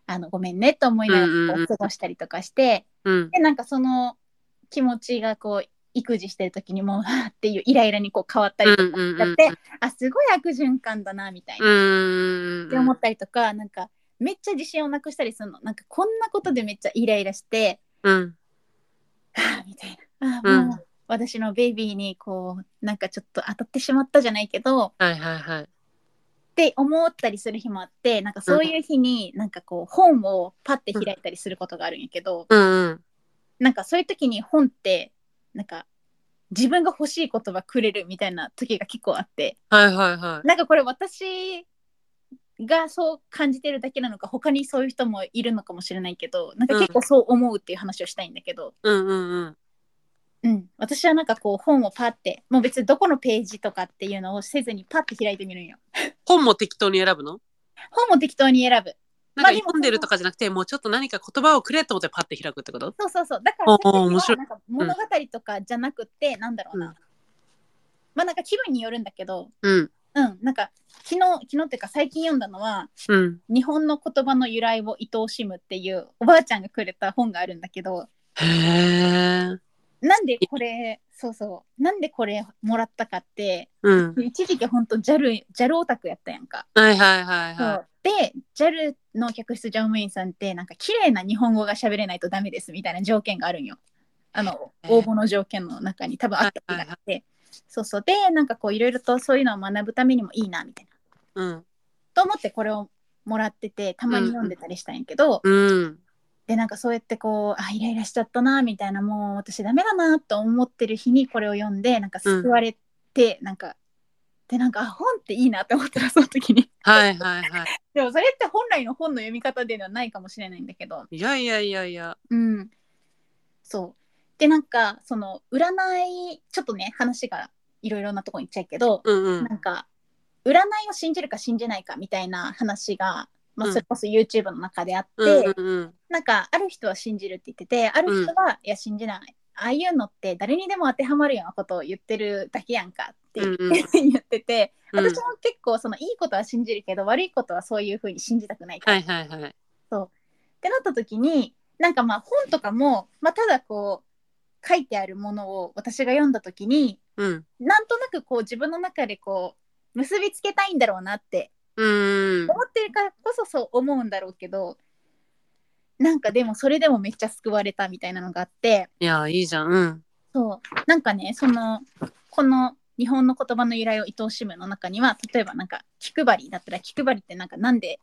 S1: あのごめんねと思いな
S2: うん
S1: が
S2: うんう
S1: ら
S2: ん
S1: こう過ごしたりとかして、
S2: うん
S1: でなんかその気持ちがこう育児してる時にもうはぁっていうイライラにこう変わったりとかしちゃって、
S2: うんうんうんうん
S1: あすごい悪循環だなみたいな、
S2: うん
S1: って思ったりとかなんかめっちゃ自信をなくしたりするのなんかこんなことでめっちゃイライラして
S2: うん
S1: はあ みたいなあ
S2: うん
S1: もう私のベイビーにこうなんかちょっと当たってしまったじゃないけど、
S2: はいはいはい
S1: って思ったりする日もあってなんかそういう日になんかこう本をパッて開いたりすることがあるんやけど、
S2: うんうん
S1: なんかそういう時に本ってなんか自分が欲しい言葉くれるみたいな時が結構あって
S2: はいはいはい
S1: なんかこれ私がそう感じてるだけなのか他にそういう人もいるのかもしれないけどなんか結構そう思うっていう話をしたいんだけど、
S2: うんうんうん
S1: うん、私はなんかこう本をパッてもう別にどこのページとかっていうのをせずにパッて開いてみるんよ。
S2: 本も適当に選ぶの
S1: 本も適当に選ぶ。
S2: なんか
S1: まあでも
S2: 読んでるとかじゃなくて、もうちょっと何か言葉をくれと思ってパッて開くってこと
S1: そうそうそう。だからさっき
S2: あー面
S1: は
S2: 白
S1: いなんか物語とかじゃなくて、なんだろうな。
S2: うん
S1: まあなんか気分によるんだけど、
S2: うん。
S1: うん、なんか昨日昨日っていうか最近読んだのは
S2: うん。
S1: 日本の言葉の由来を愛おしむっていうおばあちゃんがくれた本があるんだけど、
S2: へえ。
S1: なんでこれそうそうなんでこれもらったかって
S2: うん。
S1: 一時期ほんと JAL JAL オタクやったやんか。
S2: はいはいはい
S1: そ
S2: は
S1: うで JAL の客室乗務員さんってなんか綺麗な日本語が喋れないとダメですみたいな条件があるんよあの
S2: へー。
S1: 応募の条件の中に多分あった気があってそうそうでなんかこういろいろとそういうのを学ぶためにもいいなみたいない
S2: うん。
S1: と思ってこれをもらっててたまに読んでたりしたんやけど、
S2: うん。
S1: でなんかそうやってこうあイライラしちゃったなみたいなもう私ダメだなと思ってる日にこれを読んでなんか救われて、なんかでなんかあ本っていいなって思ったらその時に。
S2: はいはいはい。
S1: でもそれって本来の本の読み方ではないかもしれないんだけど、
S2: いやいやいやいや。
S1: うん、そうでなんかその占いちょっとね話がいろいろなとこに行っちゃうけど、
S2: うんうん
S1: な。んか占いを信じるか信じないかみたいな話が、ま
S2: う
S1: あ、
S2: ん
S1: それこそ YouTube の中であって、
S2: うんうんうん。
S1: なんかある人は信じるって言っててある人は、いや信じないああいうのって誰にでも当てはまるようなことを言ってるだけやんかって言って,、 言ってて
S2: うん
S1: 私も結構そのいいことは信じるけど悪いことはそういうふうに信じたくないから
S2: はいはいはい。
S1: ってなった時になんかまあ本とかも、まあ、ただこう書いてあるものを私が読んだ時に
S2: うん。
S1: なんとなくこう自分の中でこう結びつけたいんだろうなって
S2: うん
S1: 思ってるからこそそう思うんだろうけどなんかでもそれでもめっちゃ救われたみたいなのがあって
S2: いやいいじゃんうん
S1: そうなんかねそのこの日本の言葉の由来を伊藤新聞の中には例えばなんか気配りだったら気配りってなんかなんで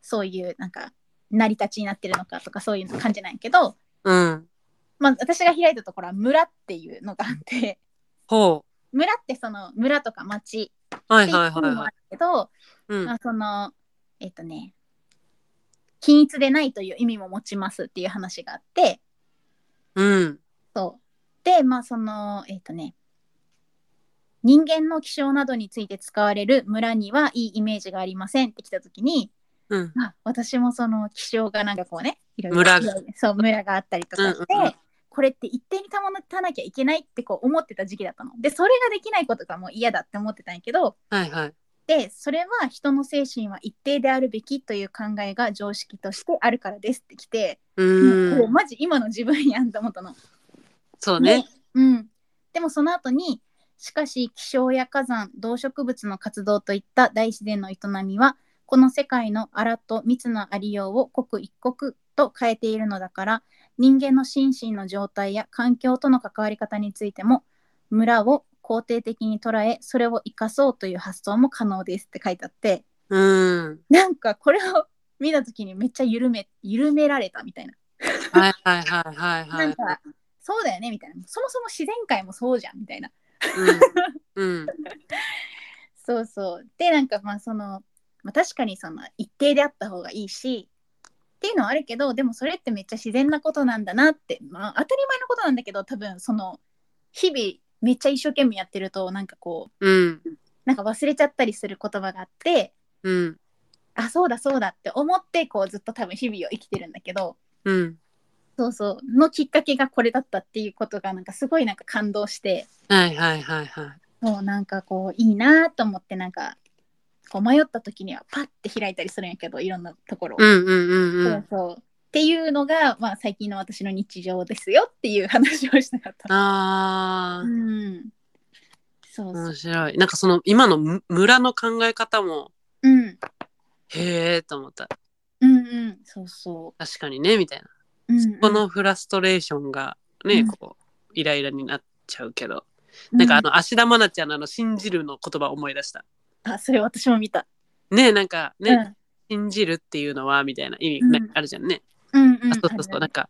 S1: そういうなんか成り立ちになってるのかとかそういうの感じないけど、
S2: うん
S1: まあ、私が開いたところは村っていうのがあって
S2: ほ
S1: 村ってその村とか町
S2: うは
S1: って
S2: い
S1: いう
S2: はい
S1: の
S2: はい
S1: もあ
S2: はい
S1: るけど、
S2: うん
S1: まあ、そのえっ、とね均一でないという意味も持ちますっていう話があって
S2: うん
S1: そうでまあそのえっ、とね人間の気象などについて使われる村にはいいイメージがありませんって来た時に、
S2: うん
S1: まあ、私もその気象がなんかこうねいろいろ
S2: 村が
S1: いろいろそう村があったりとかして、
S2: うんうんうん
S1: これって一定に保たなきゃいけないってこう思ってた時期だったの。でそれができないことがもう嫌だって思ってたんやけど、
S2: はいはい
S1: でそれは人の精神は一定であるべきという考えが常識としてあるからですってきて、
S2: う
S1: もう
S2: ーん
S1: マジ今の自分やんと思ったの。
S2: そうね
S1: でうん、でもその後にしかし気象や火山動植物の活動といった大自然の営みはこの世界の荒と密なありようを刻一刻と変えているのだから人間の心身の状態や環境との関わり方についても村を肯定的に捉えそれを生かそうという発想も可能ですって書いてあって
S2: うん
S1: なんかこれを見た時にめっちゃ緩め緩められたみたいな。
S2: はいはいはいはいは
S1: なん
S2: い
S1: かそうだよねみたいなそもそも自然界もそうじゃんみたいな
S2: うんうん
S1: そうそうでなんかまあその、まあ、確かにその一定であった方がいいしっていうのはあるけどでもそれってめっちゃ自然なことなんだなって、まあ、当たり前のことなんだけど多分その日々めっちゃ一生懸命やってるとなんかこう
S2: うん
S1: なんか忘れちゃったりする言葉があって
S2: うん
S1: あそうだそうだって思ってこうずっと多分日々を生きてるんだけど
S2: うん
S1: そうそうのきっかけがこれだったっていうことがなんかすごいなんか感動して。
S2: はいはいはいはい
S1: そうなんかこういいなと思ってなんかこう迷った時にはパッて開いたりするんやけどいろんなところを、
S2: うんうんうん
S1: そ
S2: うん
S1: うそうっていうのが、まあ、最近の私の日常ですよっていう話をしたかった。
S2: あ
S1: う
S2: ー
S1: ん、そうそう
S2: 面白いなんかその今のむ村の考え方も
S1: うん
S2: へえと思った
S1: うんうんそうそ
S2: 確かにねみたいな
S1: う、うんうん
S2: このフラストレーションがね、
S1: うん
S2: こうイライラになっちゃうけど、なんかあの芦田愛菜ちゃんのあの「信じる」の言葉を思い出した。
S1: うんあそれ私も見た、
S2: ねなんかね、
S1: うん
S2: 信じるっていうのはみたいな意味、
S1: うん
S2: なんかあるじゃんね。
S1: うんうん
S2: あそうそうそ
S1: あ
S2: う
S1: る
S2: なんか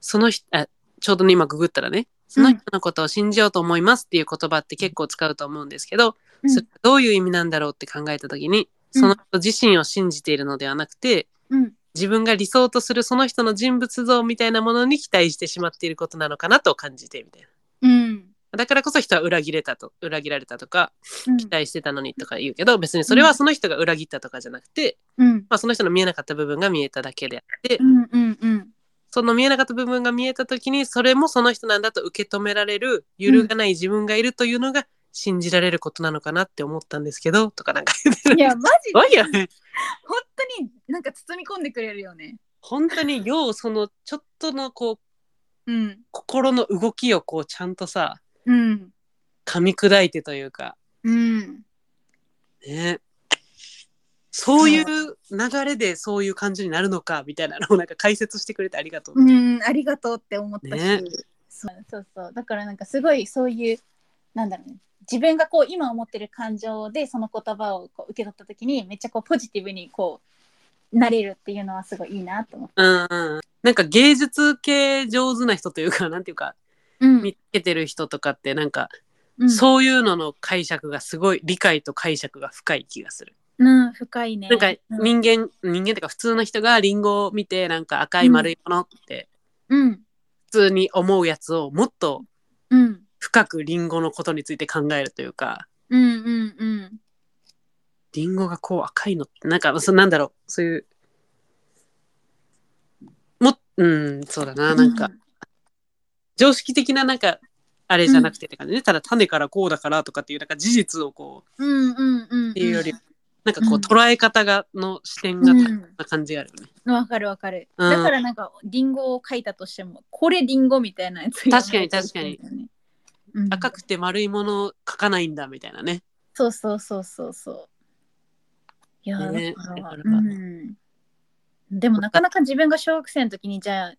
S2: その人あちょうどね今ググったらねその人のことを信じようと思いますっていう言葉って結構使うと思うんですけど、
S1: うん
S2: それがどういう意味なんだろうって考えた時に
S1: うん
S2: その人自身を信じているのではなくて、
S1: うん
S2: 自分が理想とするその人の人物像みたいなものに期待してしまっていることなのかなと感じてみたいな。
S1: うん
S2: だからこそ人は裏切れたと裏切られたとか
S1: うん
S2: 期待してたのにとか言うけど別にそれはその人が裏切ったとかじゃなくて、
S1: うん
S2: まあ、その人の見えなかった部分が見えただけであって
S1: うんうんうん
S2: その見えなかった部分が見えた時にそれもその人なんだと受け止められる揺るがない自分がいるというのが信じられることなのかなって思ったんですけどとかなんか言って
S1: い
S2: る。
S1: やマジ
S2: す
S1: で
S2: ごいよね
S1: 本当になんか包み込んでくれるよね
S2: 本当にようそのちょっとのこう
S1: うん
S2: 心の動きをこうちゃんとさ
S1: うん
S2: 噛み砕いてというか、
S1: うん
S2: ね、そういう流れでそういう感じになるのかみたいなのをなんか解説してくれてありがとう。
S1: うん、ありがとうって思ったし、
S2: ね
S1: そうそうそうだからなんかすごいそういうなんだろうね自分がこう今思ってる感情でその言葉をこう受け取った時にめっちゃこうポジティブにこうなれるっていうのはすごいいいなと思って。
S2: うんうん、なんか芸術系上手な人というかなんていうか見つけてる人とかってなんか、
S1: うん
S2: そういうのの解釈がすごい理解と解釈が深い気がする。
S1: うん、深いね。
S2: なんか
S1: うん、
S2: 人間、人間っていうか普通の人がリンゴを見てなんか赤い丸いものって
S1: うん、
S2: 普通に思うやつをもっと
S1: うん、
S2: 深くリンゴのことについて考えるというか。
S1: うん、うん、うん、
S2: リンゴがこう赤いのってなんかそなんだろうそういうもうんそうだななんか、常識的ななんかあれじゃなくてって感じね、ただ種からこうだからとかっていうなんか事実をこう
S1: うん、うん、うん、
S2: っていうより、
S1: う
S2: なんかこう
S1: うん
S2: 捉え方がの視点が
S1: う
S2: 多
S1: ん
S2: 様な感じがあるよね、
S1: ん、わかるわかる。
S2: うん
S1: だからなんかリンゴを書いたとしても、これリンゴみたいなやつ。
S2: 確かに確かに。
S1: うん、
S2: 赤くて丸いものを描かないんだみたいなね
S1: そうそうそうそうそう。いやー、
S2: ね
S1: だから
S2: だから
S1: うん、でもなかなか自分が小学生の時にじゃあ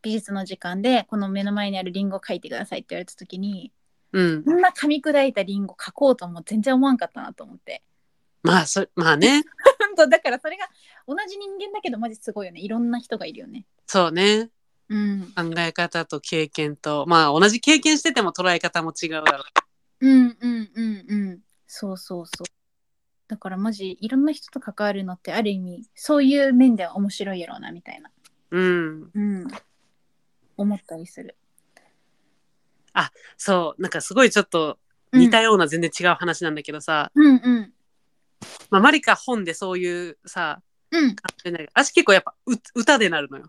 S1: 美術の時間でこの目の前にあるリンゴを描いてくださいって言われた時に
S2: うん
S1: こんな噛み砕いたリンゴ描こうとも全然思わんかったなと思って。
S2: まあそまあね
S1: 本当だからそれが同じ人間だけどマジすごいよね。いろんな人がいるよね。
S2: そうね
S1: うん、
S2: 考え方と経験とまあ同じ経験してても捉え方も違うだろう
S1: うんうんうんうんそうそうそうだからマジいろんな人と関わるのってある意味そういう面では面白いやろうなみたいな、
S2: うん
S1: うん、思ったりする
S2: そうなんかすごいちょっと似たような全然違う話なんだけどさ、
S1: うんうん
S2: まあ、マリカ本でそういうさ
S1: うん
S2: 感じない私結構やっぱう歌でなるのよ、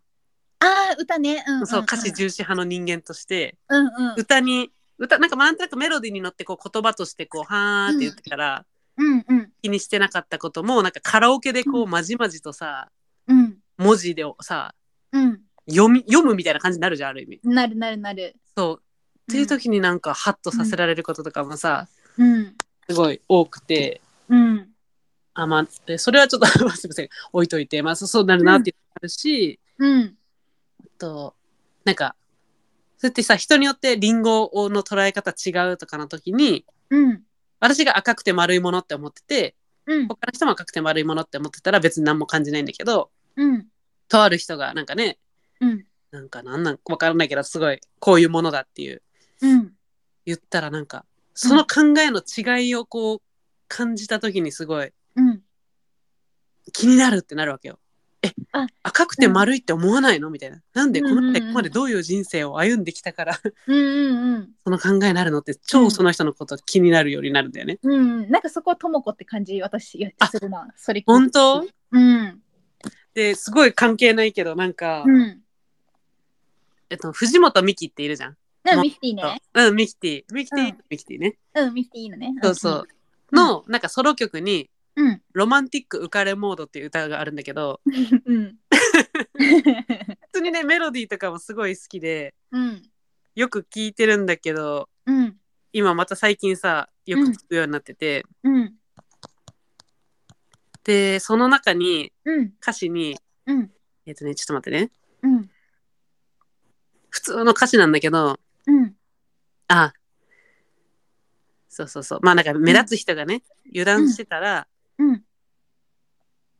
S1: あー歌ねうんんん
S2: そう歌詞重視派の人間として
S1: うんうん
S2: 歌に歌なんかまあなんとなくメロディーに乗ってこう言葉としてこうはーって言ってか
S1: う
S2: ら、
S1: んうん
S2: 気にしてなかったこともなんかカラオケでこうまじまじとさ
S1: うん
S2: 文字でさ
S1: うん
S2: 読み読むみたいな感じになるじゃんある意味。
S1: なるなるなる
S2: そうっていう時になんかハッとさせられることとかもさ、
S1: うん
S2: すごい多くて
S1: うん
S2: あまあでそれはちょっと すいません置いといてまあそうそうなるなっていうのもあるし、
S1: うん
S2: あとなんかそうやってさ人によってリンゴの捉え方違うとかの時に
S1: うん
S2: 私が赤くて丸いものって思ってて
S1: うん
S2: 他の人も赤くて丸いものって思ってたら別に何も感じないんだけど
S1: うん
S2: とある人がなんかね
S1: うん
S2: なんかなんなんわからないけどすごいこういうものだっていう
S1: うん
S2: 言ったらなんかその考えの違いをこう感じた時にすごい
S1: うん
S2: 気になるってなるわけよ。え
S1: あ
S2: 赤くて丸いって思わないのみたいな。なんで
S1: うん
S2: こ
S1: うんう
S2: の
S1: ん
S2: までここまでどういう人生を歩んできたから
S1: うんうん
S2: その考えになるのって
S1: う
S2: 超
S1: ん
S2: その人のこと気になるようになるんだよね。
S1: うん、なんかそこはともこって感じ私いや
S2: あ
S1: するなそれ
S2: 本当
S1: うん
S2: ですごい関係ないけどなんか、
S1: うん
S2: えっと、藤本美貴っているじゃん。
S1: な
S2: もっと
S1: ミフティね
S2: うんミキティミキティ、
S1: うん
S2: ミキティね。
S1: うんミフティのね
S2: そうそう。
S1: うん
S2: のなんかソロ曲に
S1: うん
S2: 「ロマンティック浮かれモード」っていう歌があるんだけど
S1: うん
S2: 普通にねメロディーとかもすごい好きで
S1: うん
S2: よく聴いてるんだけど
S1: うん
S2: 今また最近さよく聴くようになってて、
S1: うん
S2: でその中に
S1: うん
S2: 歌詞に
S1: うん
S2: えっ、とねちょっと待ってね
S1: うん
S2: 普通の歌詞なんだけど
S1: うん
S2: あそうそうそうまあなんか目立つ人がね、油断してたら、
S1: うん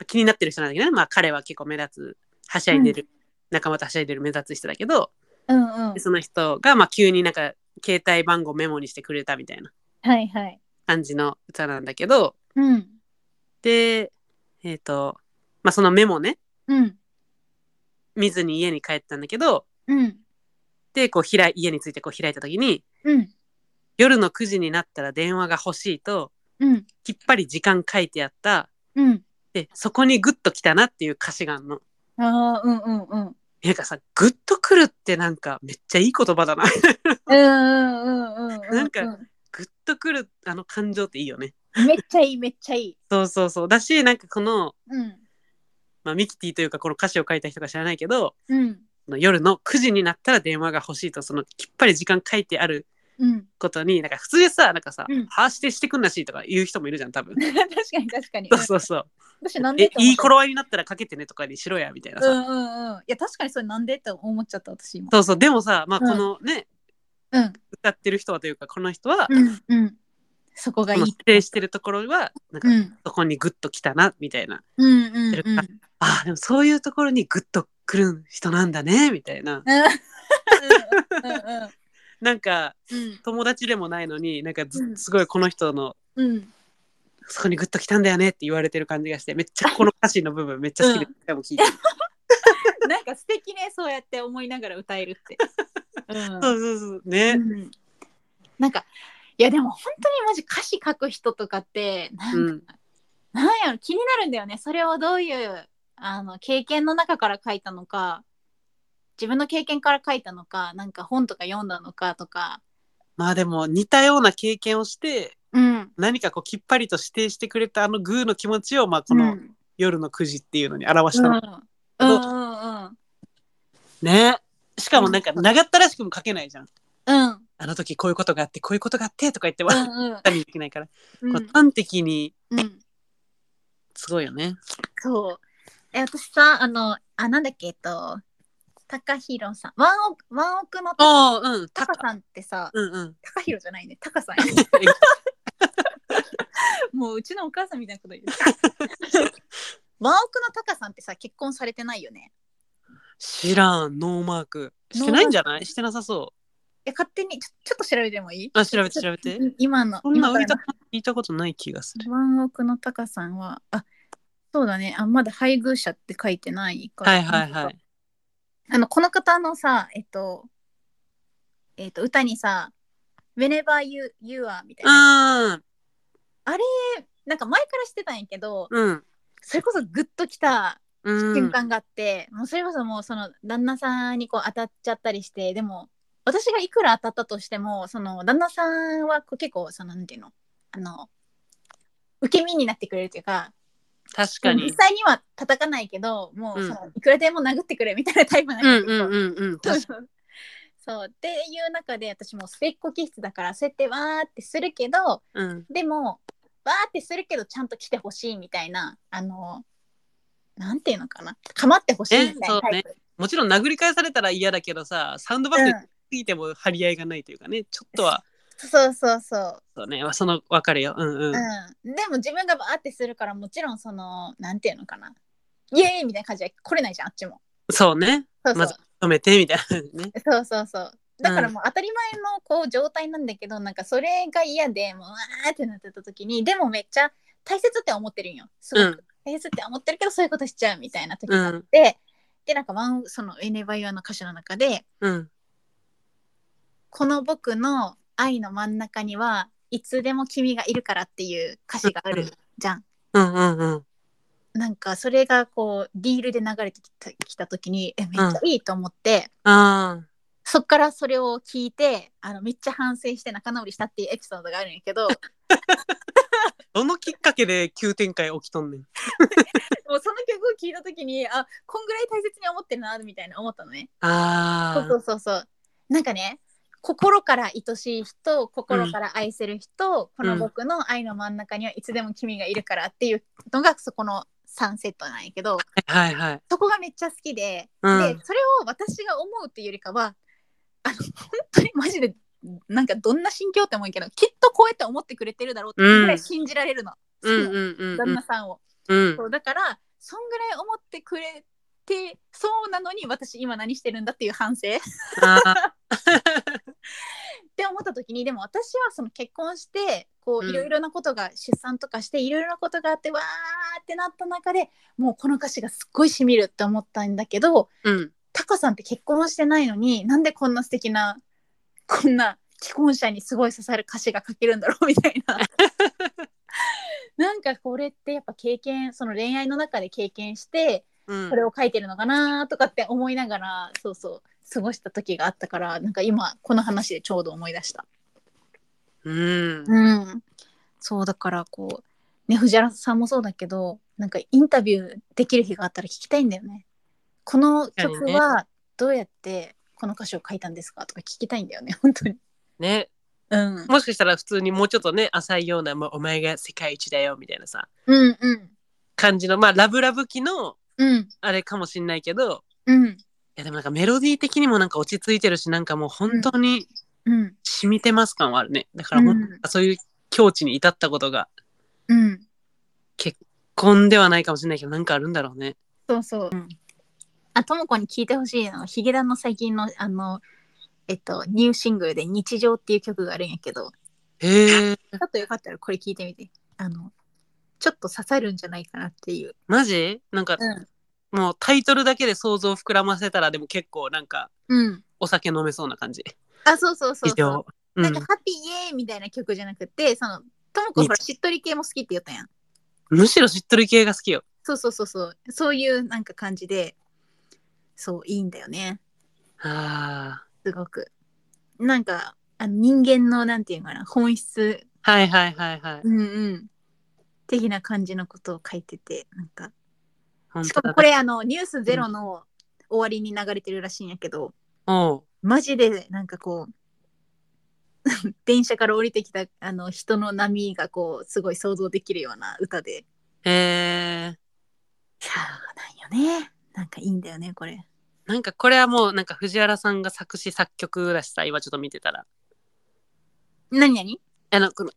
S2: 気になってる人なんだけどねまあ彼は結構目立つはしゃいでる、仲間とはしゃいでる目立つ人だけど、
S1: うんうん
S2: でその人がまあ急になんか携帯番号メモにしてくれたみたいな
S1: はいはい
S2: 感じの歌なんだけど
S1: うん
S2: でえっ、とまあそのメモね
S1: うん
S2: 見ずに家に帰ったんだけど
S1: うん
S2: でこう開い家についてこう開いた時に
S1: うん
S2: 夜の9時になったら電話が欲しいと
S1: うん
S2: きっぱり時間書いてあった
S1: うん
S2: でそこにグッと来たなっていう歌詞があるの。
S1: ああうんうんうんうん
S2: なんかさグッと来るってなんかめっちゃいい言葉だな。
S1: うんうんうん
S2: なんかグッと来るあの感情っていいよね。
S1: めっちゃいいめっちゃいい
S2: そうそうそうだしなんかこの、
S1: うん
S2: まあ、ミキティというかこの歌詞を書いた人か知らないけど
S1: うん
S2: その夜の9時になったら電話が欲しいとそのきっぱり時間書いてある
S1: うん
S2: ことになんか普通でさなんかさ「
S1: うん
S2: はあしてしてくんなし」とか言う人もいるじゃ
S1: 。
S2: ん多分
S1: 確かに確かに
S2: そうそうそう。
S1: 私なんで
S2: え
S1: って思っ
S2: いい
S1: た
S2: 頃合いになったらかけてねとかにしろやみたいなさ、
S1: うんうんうんいや確かにそれなんでって思っちゃった私今
S2: そうそうでもさまあ
S1: うん
S2: このね、
S1: うん
S2: 歌ってる人はというかこの人は、
S1: うんうんそこがい
S2: こ
S1: い
S2: の指定してるところはな
S1: う
S2: んか
S1: ん
S2: そこにグッときたなみたいな、
S1: うんうんうん
S2: あーでもそういうところにグッと来る人なんだねみたいな
S1: う
S2: なんか
S1: ん
S2: 友達でもないのになんかず
S1: うん
S2: すごいこの人の
S1: うん
S2: そこにグッときたんだよねって言われてる感じがしてめっちゃこの歌詞の 部分めっちゃ好きで
S1: うん
S2: 何回 も聞いてる、
S1: なんか素敵ねそうやって思いながら歌えるって。うん
S2: そうそうそうね、
S1: うんなんかいやでも本当にマジ歌詞書く人とかってなん,、
S2: うん
S1: なんやろ気になるんだよねそれをどういうあの経験の中から書いたのか自分の経験から書いたのかなんか本とか読んだのかとか。
S2: まあでも似たような経験をして
S1: うん
S2: 何かこうきっぱりと指定してくれたあのグーの気持ちをまあこの
S1: うん
S2: 夜の9時っていうのに表した
S1: う
S2: の、
S1: んうんうんうん
S2: ねしかもなんか長ったらしくも書けないじゃん
S1: うん
S2: あの時こういうことがあってこういうことがあってとか言って
S1: う
S2: は
S1: んうん
S2: たりできないから、
S1: う
S2: こうん端的に
S1: うん
S2: すごいよね。
S1: そう。え、私さ、あの、あ、なんだっけ、えっと、たかひろさん。ワンオク、ワンオクのた
S2: ああうん
S1: た
S2: た
S1: かさんってさ、
S2: うんうん。
S1: たかひろじゃないね、たかさんや。もううちのお母さんみたいなこと言う。 ワンオクのたかさんってさ、結婚されてないよね。
S2: 知らんノーマークしてないんじゃないしてなさそ。
S1: え、勝手にちょ、ちょっと調べてもいいう
S2: あ調べて調べて。
S1: 今の、
S2: そんな
S1: 今か
S2: 浮い
S1: ら
S2: た
S1: の
S2: 聞いたことない気がする。
S1: ワンオクのタカさんは、あそうだね、あまだ配偶者って書いてないから。
S2: はいはいはい。
S1: あの、この方のさ、えっと、えっと、歌にさ、Whenever you, you are みたいな。
S2: ああ
S1: なんか前からしてたんやけど、
S2: うん
S1: それこそグッときた
S2: うん。
S1: 瞬間があって、もうそれこそもうその旦那さんにこう当たっちゃったりして、でも、私がいくら当たったとしても、その旦那さんはこう結構、その、なんていうの、あの、受け身になってくれるというか、
S2: 確かに
S1: 実。際には叩かないけどもう、
S2: うん
S1: そのいくらでも殴ってくれみたいなタイプなん
S2: う
S1: だ
S2: ん
S1: けど、
S2: うんうんうん。確
S1: そ
S2: かに
S1: うそうっていう中で私もう末っ子気質だからそうやってわーってするけど
S2: うん
S1: でもわーってするけどちゃんと来てほしいみたいなあのなんていうのかな構ってほしいみたいなタイプ、
S2: もちろん殴り返されたら嫌だけどさ、サウンドバッグ
S1: うん
S2: ついても張り合いがないというかね、ちょっとは、
S1: そうそうそう、
S2: そうね、その分かるよ。うんうん。
S1: うん、でも自分がわーってするからもちろんそのなんていうのかなイエーイみたいな感じで来れないじゃんあっちも
S2: そうね、
S1: そうそう、
S2: まず止めてみたいなね。
S1: そうそうそう。だからもう当たり前のこう状態なんだけど、なんかそれが嫌でもうわーってなってた時にでもめっちゃ大切って思ってるんよ。すご
S2: う
S1: く
S2: ん
S1: 大切って思ってるけどそういうことしちゃうみたいな時
S2: う
S1: があっ
S2: ん
S1: て、でなんかワンその「エネバイア」の歌詞の中で
S2: うん。
S1: 「この僕の愛の真ん中にはいつでも君がいるから」っていう歌詞があるじゃん。
S2: うんうんうん。
S1: なんかそれがこうリールで流れてきたきた時にえめっちゃいいと思って。
S2: あ
S1: そっからそれを聞いてあのめっちゃ反省して仲直りしたっていうエピソードがあるんやけどもう
S2: あ、どのきっかけで急展開起きとんねん。
S1: その曲を聞いた時にあこんぐらい大切に思ってるなみたいな思ったのね。そう
S2: あ
S1: そうそうそうなんかね心から愛しい人心から愛せる人、この僕の愛の真ん中にはいつでも君がいるからっていうのがそこの3セットなんやけど
S2: あ、はいはい。
S1: そこがめっちゃ好きで、
S2: うん
S1: でそれを私が思うっていうよりかはあの本当にマジでなんかどんな心境って思うけどきっとこうやって思ってくれてるだろうっていうぐらい信じられるの、
S2: うん
S1: 好き
S2: うん
S1: な
S2: う
S1: 旦那
S2: ん
S1: さんを、
S2: うん。
S1: そうだからそんぐらい思ってくれてそうなのに私今何してるんだっていう反省 っ
S2: ああ、
S1: て思った時にでも私はその結婚してこ
S2: う
S1: うんいろいろなことが出産とかしていろいろなことがあってわーってなった中でもうこの歌詞がすっごいしみるって思ったんだけど、
S2: うん。
S1: タカさんって結婚してないのになんでこんな素敵なこんな既婚者にすごい刺さる歌詞が書けるんだろうみた いななんかこれってやっぱ経験その恋愛の中で経験して
S2: うん
S1: これを書いてるのかなとかって思いながらそうそう過ごした時があったからなんか今この話でちょうど思い出した
S2: うん。
S1: うんそうだからこうね藤原さんもそうだけどなんかインタビューできる日があったら聞きたいんだよねこの曲
S2: 確か
S1: はどうやってこの歌詞を書いたんですかとか聞きたいんだよね 本当に
S2: ね、
S1: うんうん
S2: もしかしたら普通にもうちょっとね、浅いような、もうお前が世界一だよみたいなさ、
S1: うん
S2: 感じの、まあ、ラブラブ期の
S1: うん
S2: あれかもしんないけど、
S1: うん
S2: いやでもなんかメロディー的にもなんか落ち着いてるし、なんかもう本当に
S1: うん
S2: 染みてます感はあるね。だからもう
S1: うん
S2: そういう境地に至ったことが、
S1: うん
S2: こんではないかもしれないけど、なんかあるんだろうね。
S1: そうそう、あともこに聞いてほしいのはヒゲダンの最近のあのえっとニューシングルで「日常」っていう曲があるんやけど
S2: へえ、
S1: ちょっとよかったらこれ聞いてみてあのちょっと刺さるんじゃないかなっていう、
S2: マジなんかもうタイトルだけで想像膨らませたら、でも結構なんか
S1: うんうん
S2: お酒飲めそうな感じ。
S1: あ、そうそうそう
S2: 以
S1: そう。
S2: 上。う
S1: なん
S2: ん
S1: か、ハッピーイエーイみたいな曲じゃなくて、その、ともこ
S2: いい
S1: ほら、しっとり系も好きって言ったやん。
S2: むしろしっとり系が好きよ。
S1: そうそうそうそう。そういうなんか感じで、そう、いいんだよね。
S2: あ
S1: すごく。なんか、あの人間の、なんていうのかな、本質、
S2: あ。はいはいはいはい。
S1: うんうん。的な感じのことを書いてて、なんか。
S2: 本
S1: し
S2: 当
S1: か
S2: だ
S1: も
S2: ね
S1: これ、あの、ニュースゼロの終わりに流れてるらしいんやけど、
S2: おう
S1: マジで、なんかこう、 電車から降りてきたあの人の波がこうすごい想像できるような歌で
S2: えー、
S1: そうなんよねなんかいいんだよねこれ
S2: なんかこれはもうなんか藤原さんが作詞作曲だしさ今ちょっと見てたら
S1: 何何
S2: あのこの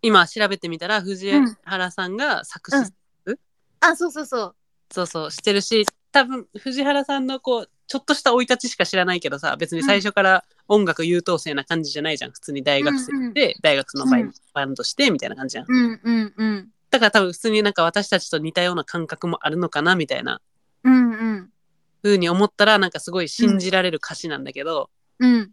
S2: 今調べてみたら藤原さんが作詞、
S1: うんあそうそうそう
S2: そうそうしてるし多分藤原さんのこうちょっとした生い立ちしか知らないけどさ別に最初から音楽優等生な感じじゃないじゃん普通に大学生で、大学のバイ,、
S1: うん
S2: バンドしてみたいな感じじゃん
S1: うんうんうん
S2: だから多分普通になんか私たちと似たような感覚もあるのかなみたいな
S1: うんうん
S2: 風に思ったらなんかすごい信じられる歌詞なんだけど、
S1: うん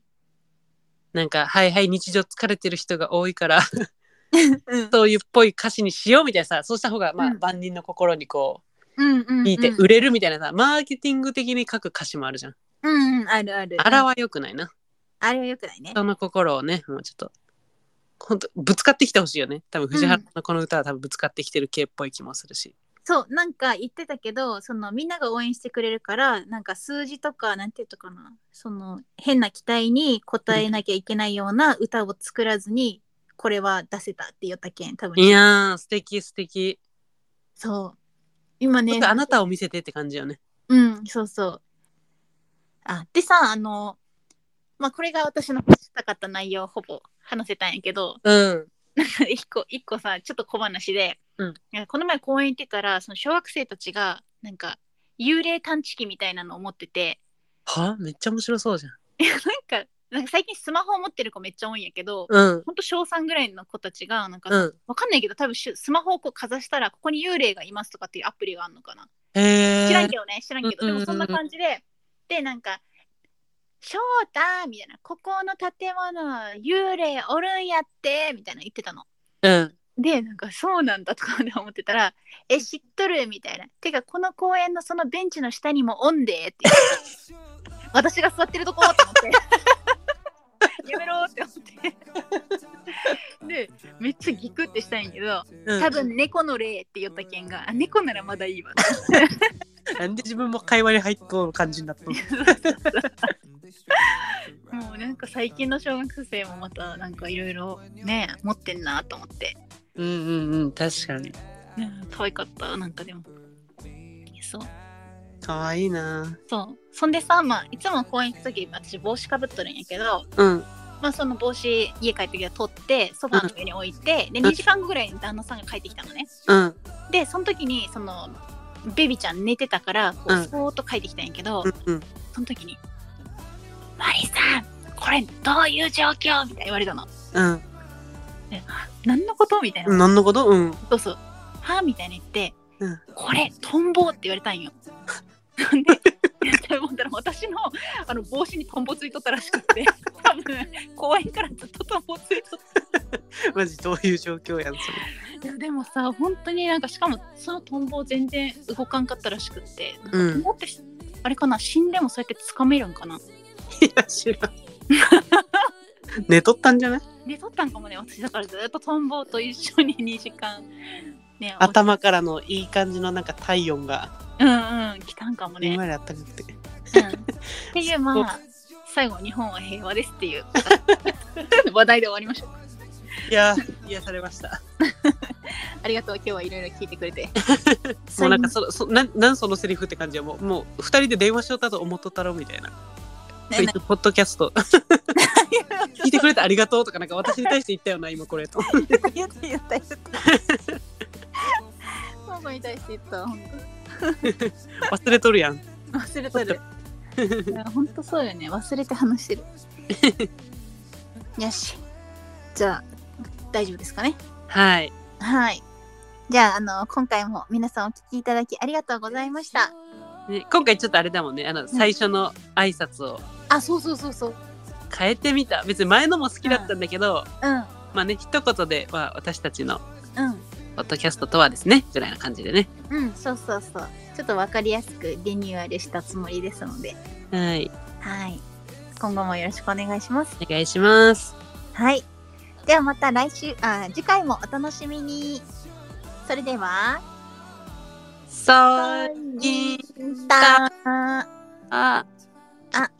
S2: なんか「はいはい日常疲れてる人が多いから そういうっぽい歌詞にしよう」みたいなさそうした方がまあ、
S1: うん
S2: 万人の心にこ
S1: うんうん
S2: う
S1: うん
S2: いいて売れるみたいなさ、マーケティング的に書く歌詞もあるじゃん。
S1: うんうんあるある
S2: あらは良くないな
S1: あれはよくないね
S2: 人の心をねもうちょっと本当ぶつかってきてほしいよね多分藤原さんのこの歌は多分ぶつかってきてる系っぽい気もするし、
S1: そうなんか言ってたけどそのみんなが応援してくれるからなんか数字とかなんていうのかなその変な期待に応えなきゃいけないような歌を作らずにこれは出せたって言ったけん多分
S2: いやー素敵素敵
S1: そう今ね
S2: 僕あなたを見せてって感じよね
S1: うんそうそうあでさあのまあこれが私の話したかった内容ほぼ話せたんやけど
S2: うん
S1: 一個一個さちょっと小話で、
S2: うん
S1: なんかこの前公園行ってたらその小学生たちがなんか幽霊探知機みたいなのを持ってて
S2: はめっちゃ面白そうじゃん
S1: なんかなんか最近スマホを持ってる子めっちゃ多いんやけど、
S2: うん
S1: ほんと小3ぐらいの子たちがなんか、
S2: うん
S1: わかんないけど多分しゅスマホをこうかざしたらここに幽霊がいますとかっていうアプリがあるのかな
S2: へえ
S1: 知らんけどね知らんけどで
S2: うんうんうん
S1: もそんな感じででなんか「翔太」みたいな「ここの建物幽霊おるんやって」みたいな言ってたの。
S2: うん
S1: でなんかそうなんだとか思ってたら「え知っとる?」みたいな「てかこの公園のそのベンチの下にもおんで」って言って私が座ってるところと思 ってやめろって思ってでめっちゃギクってしたんやけど「
S2: うん
S1: 多分猫の霊」って言ったけんが「あ猫ならまだいいわ」
S2: なんで自分も会話に入っとる感じになったの
S1: もうなんか最近の小学生もまたなんかいろいろね持ってんなと思って
S2: うんうんうん確かに
S1: うん可愛かったなんかでもそう
S2: かわいいな
S1: そうそんでさ、まあ、いつも公園行く時私帽子かぶっとるんやけど、
S2: うん
S1: まあ、その帽子家帰ってきて取ってソファーの上に置いて、で
S2: ん
S1: 2時間後ぐらいに旦那さんが帰ってきたのね
S2: うん
S1: でその時にそのベビちゃん寝てたからこう
S2: うん
S1: そーっと帰ってきたんやけど、
S2: うんうん
S1: その時に「マリさんこれどういう状況?」みたいな言われたの
S2: うん
S1: 「何のこと?」みたいな、
S2: 何のことうん
S1: そうそう「はあ?」みたいに言って
S2: うん
S1: 「これトンボ」って言われたんよ。なんでって思ったら私のあの帽子にトンボついとったらしくて多分公園からずっとトンボついとっ
S2: マジどういう状況やんそ
S1: たいやでもさ本当になんかしかもそのトンボ全然動かんかったらしくってなんか
S2: うん
S1: トンボって、あれかな死んでもそうやって掴めるんかな
S2: れいや知らん寝とったんじゃない
S1: 寝とったんかもね私だからずっとトンボと一緒に2時間ね
S2: 頭からのいい感じのなんか体温が
S1: うんうん来たんかもね、
S2: 今よりあったかくて
S1: うんっていうまあ最後日本は平和ですって いう話題で終わりましょう
S2: いやー癒されました
S1: ありがとう今日はいろいろ聞いてくれて
S2: もうなんか そそなんなんそのセリフって感じはもうもう二人で電話しようたと思っとったろみたいな
S1: ねね
S2: ポッドキャスト 聞いてくれてありがとうとかなんか私に対して言ったよな今これと
S1: 言った言った言ったママに対して言った本
S2: 忘れとるやん
S1: 当忘れとるいや本当そうよね忘れて話してるよしじゃあ大丈夫ですかね
S2: はい
S1: はいじゃああの今回も皆さんお聞きいただきありがとうございました
S2: ね今回ちょっとあれだもんねあの最初の挨拶を
S1: あそうそうそうそう
S2: 変えてみた別に前のも好きだったんだけど、
S1: うん
S2: まあね一言で、まあ、私たちの
S1: うん
S2: ポッドキャストとはですねぐらいな感じでね
S1: うん、そうそうそう。ちょっとわかりやすくリニューアルしたつもりですので、
S2: はい
S1: はい。今後もよろしくお願いします。
S2: お願いします
S1: はい。ではまた来週、あ、次回もお楽しみに。それでは、
S2: そう
S1: さよなら
S2: あ
S1: あ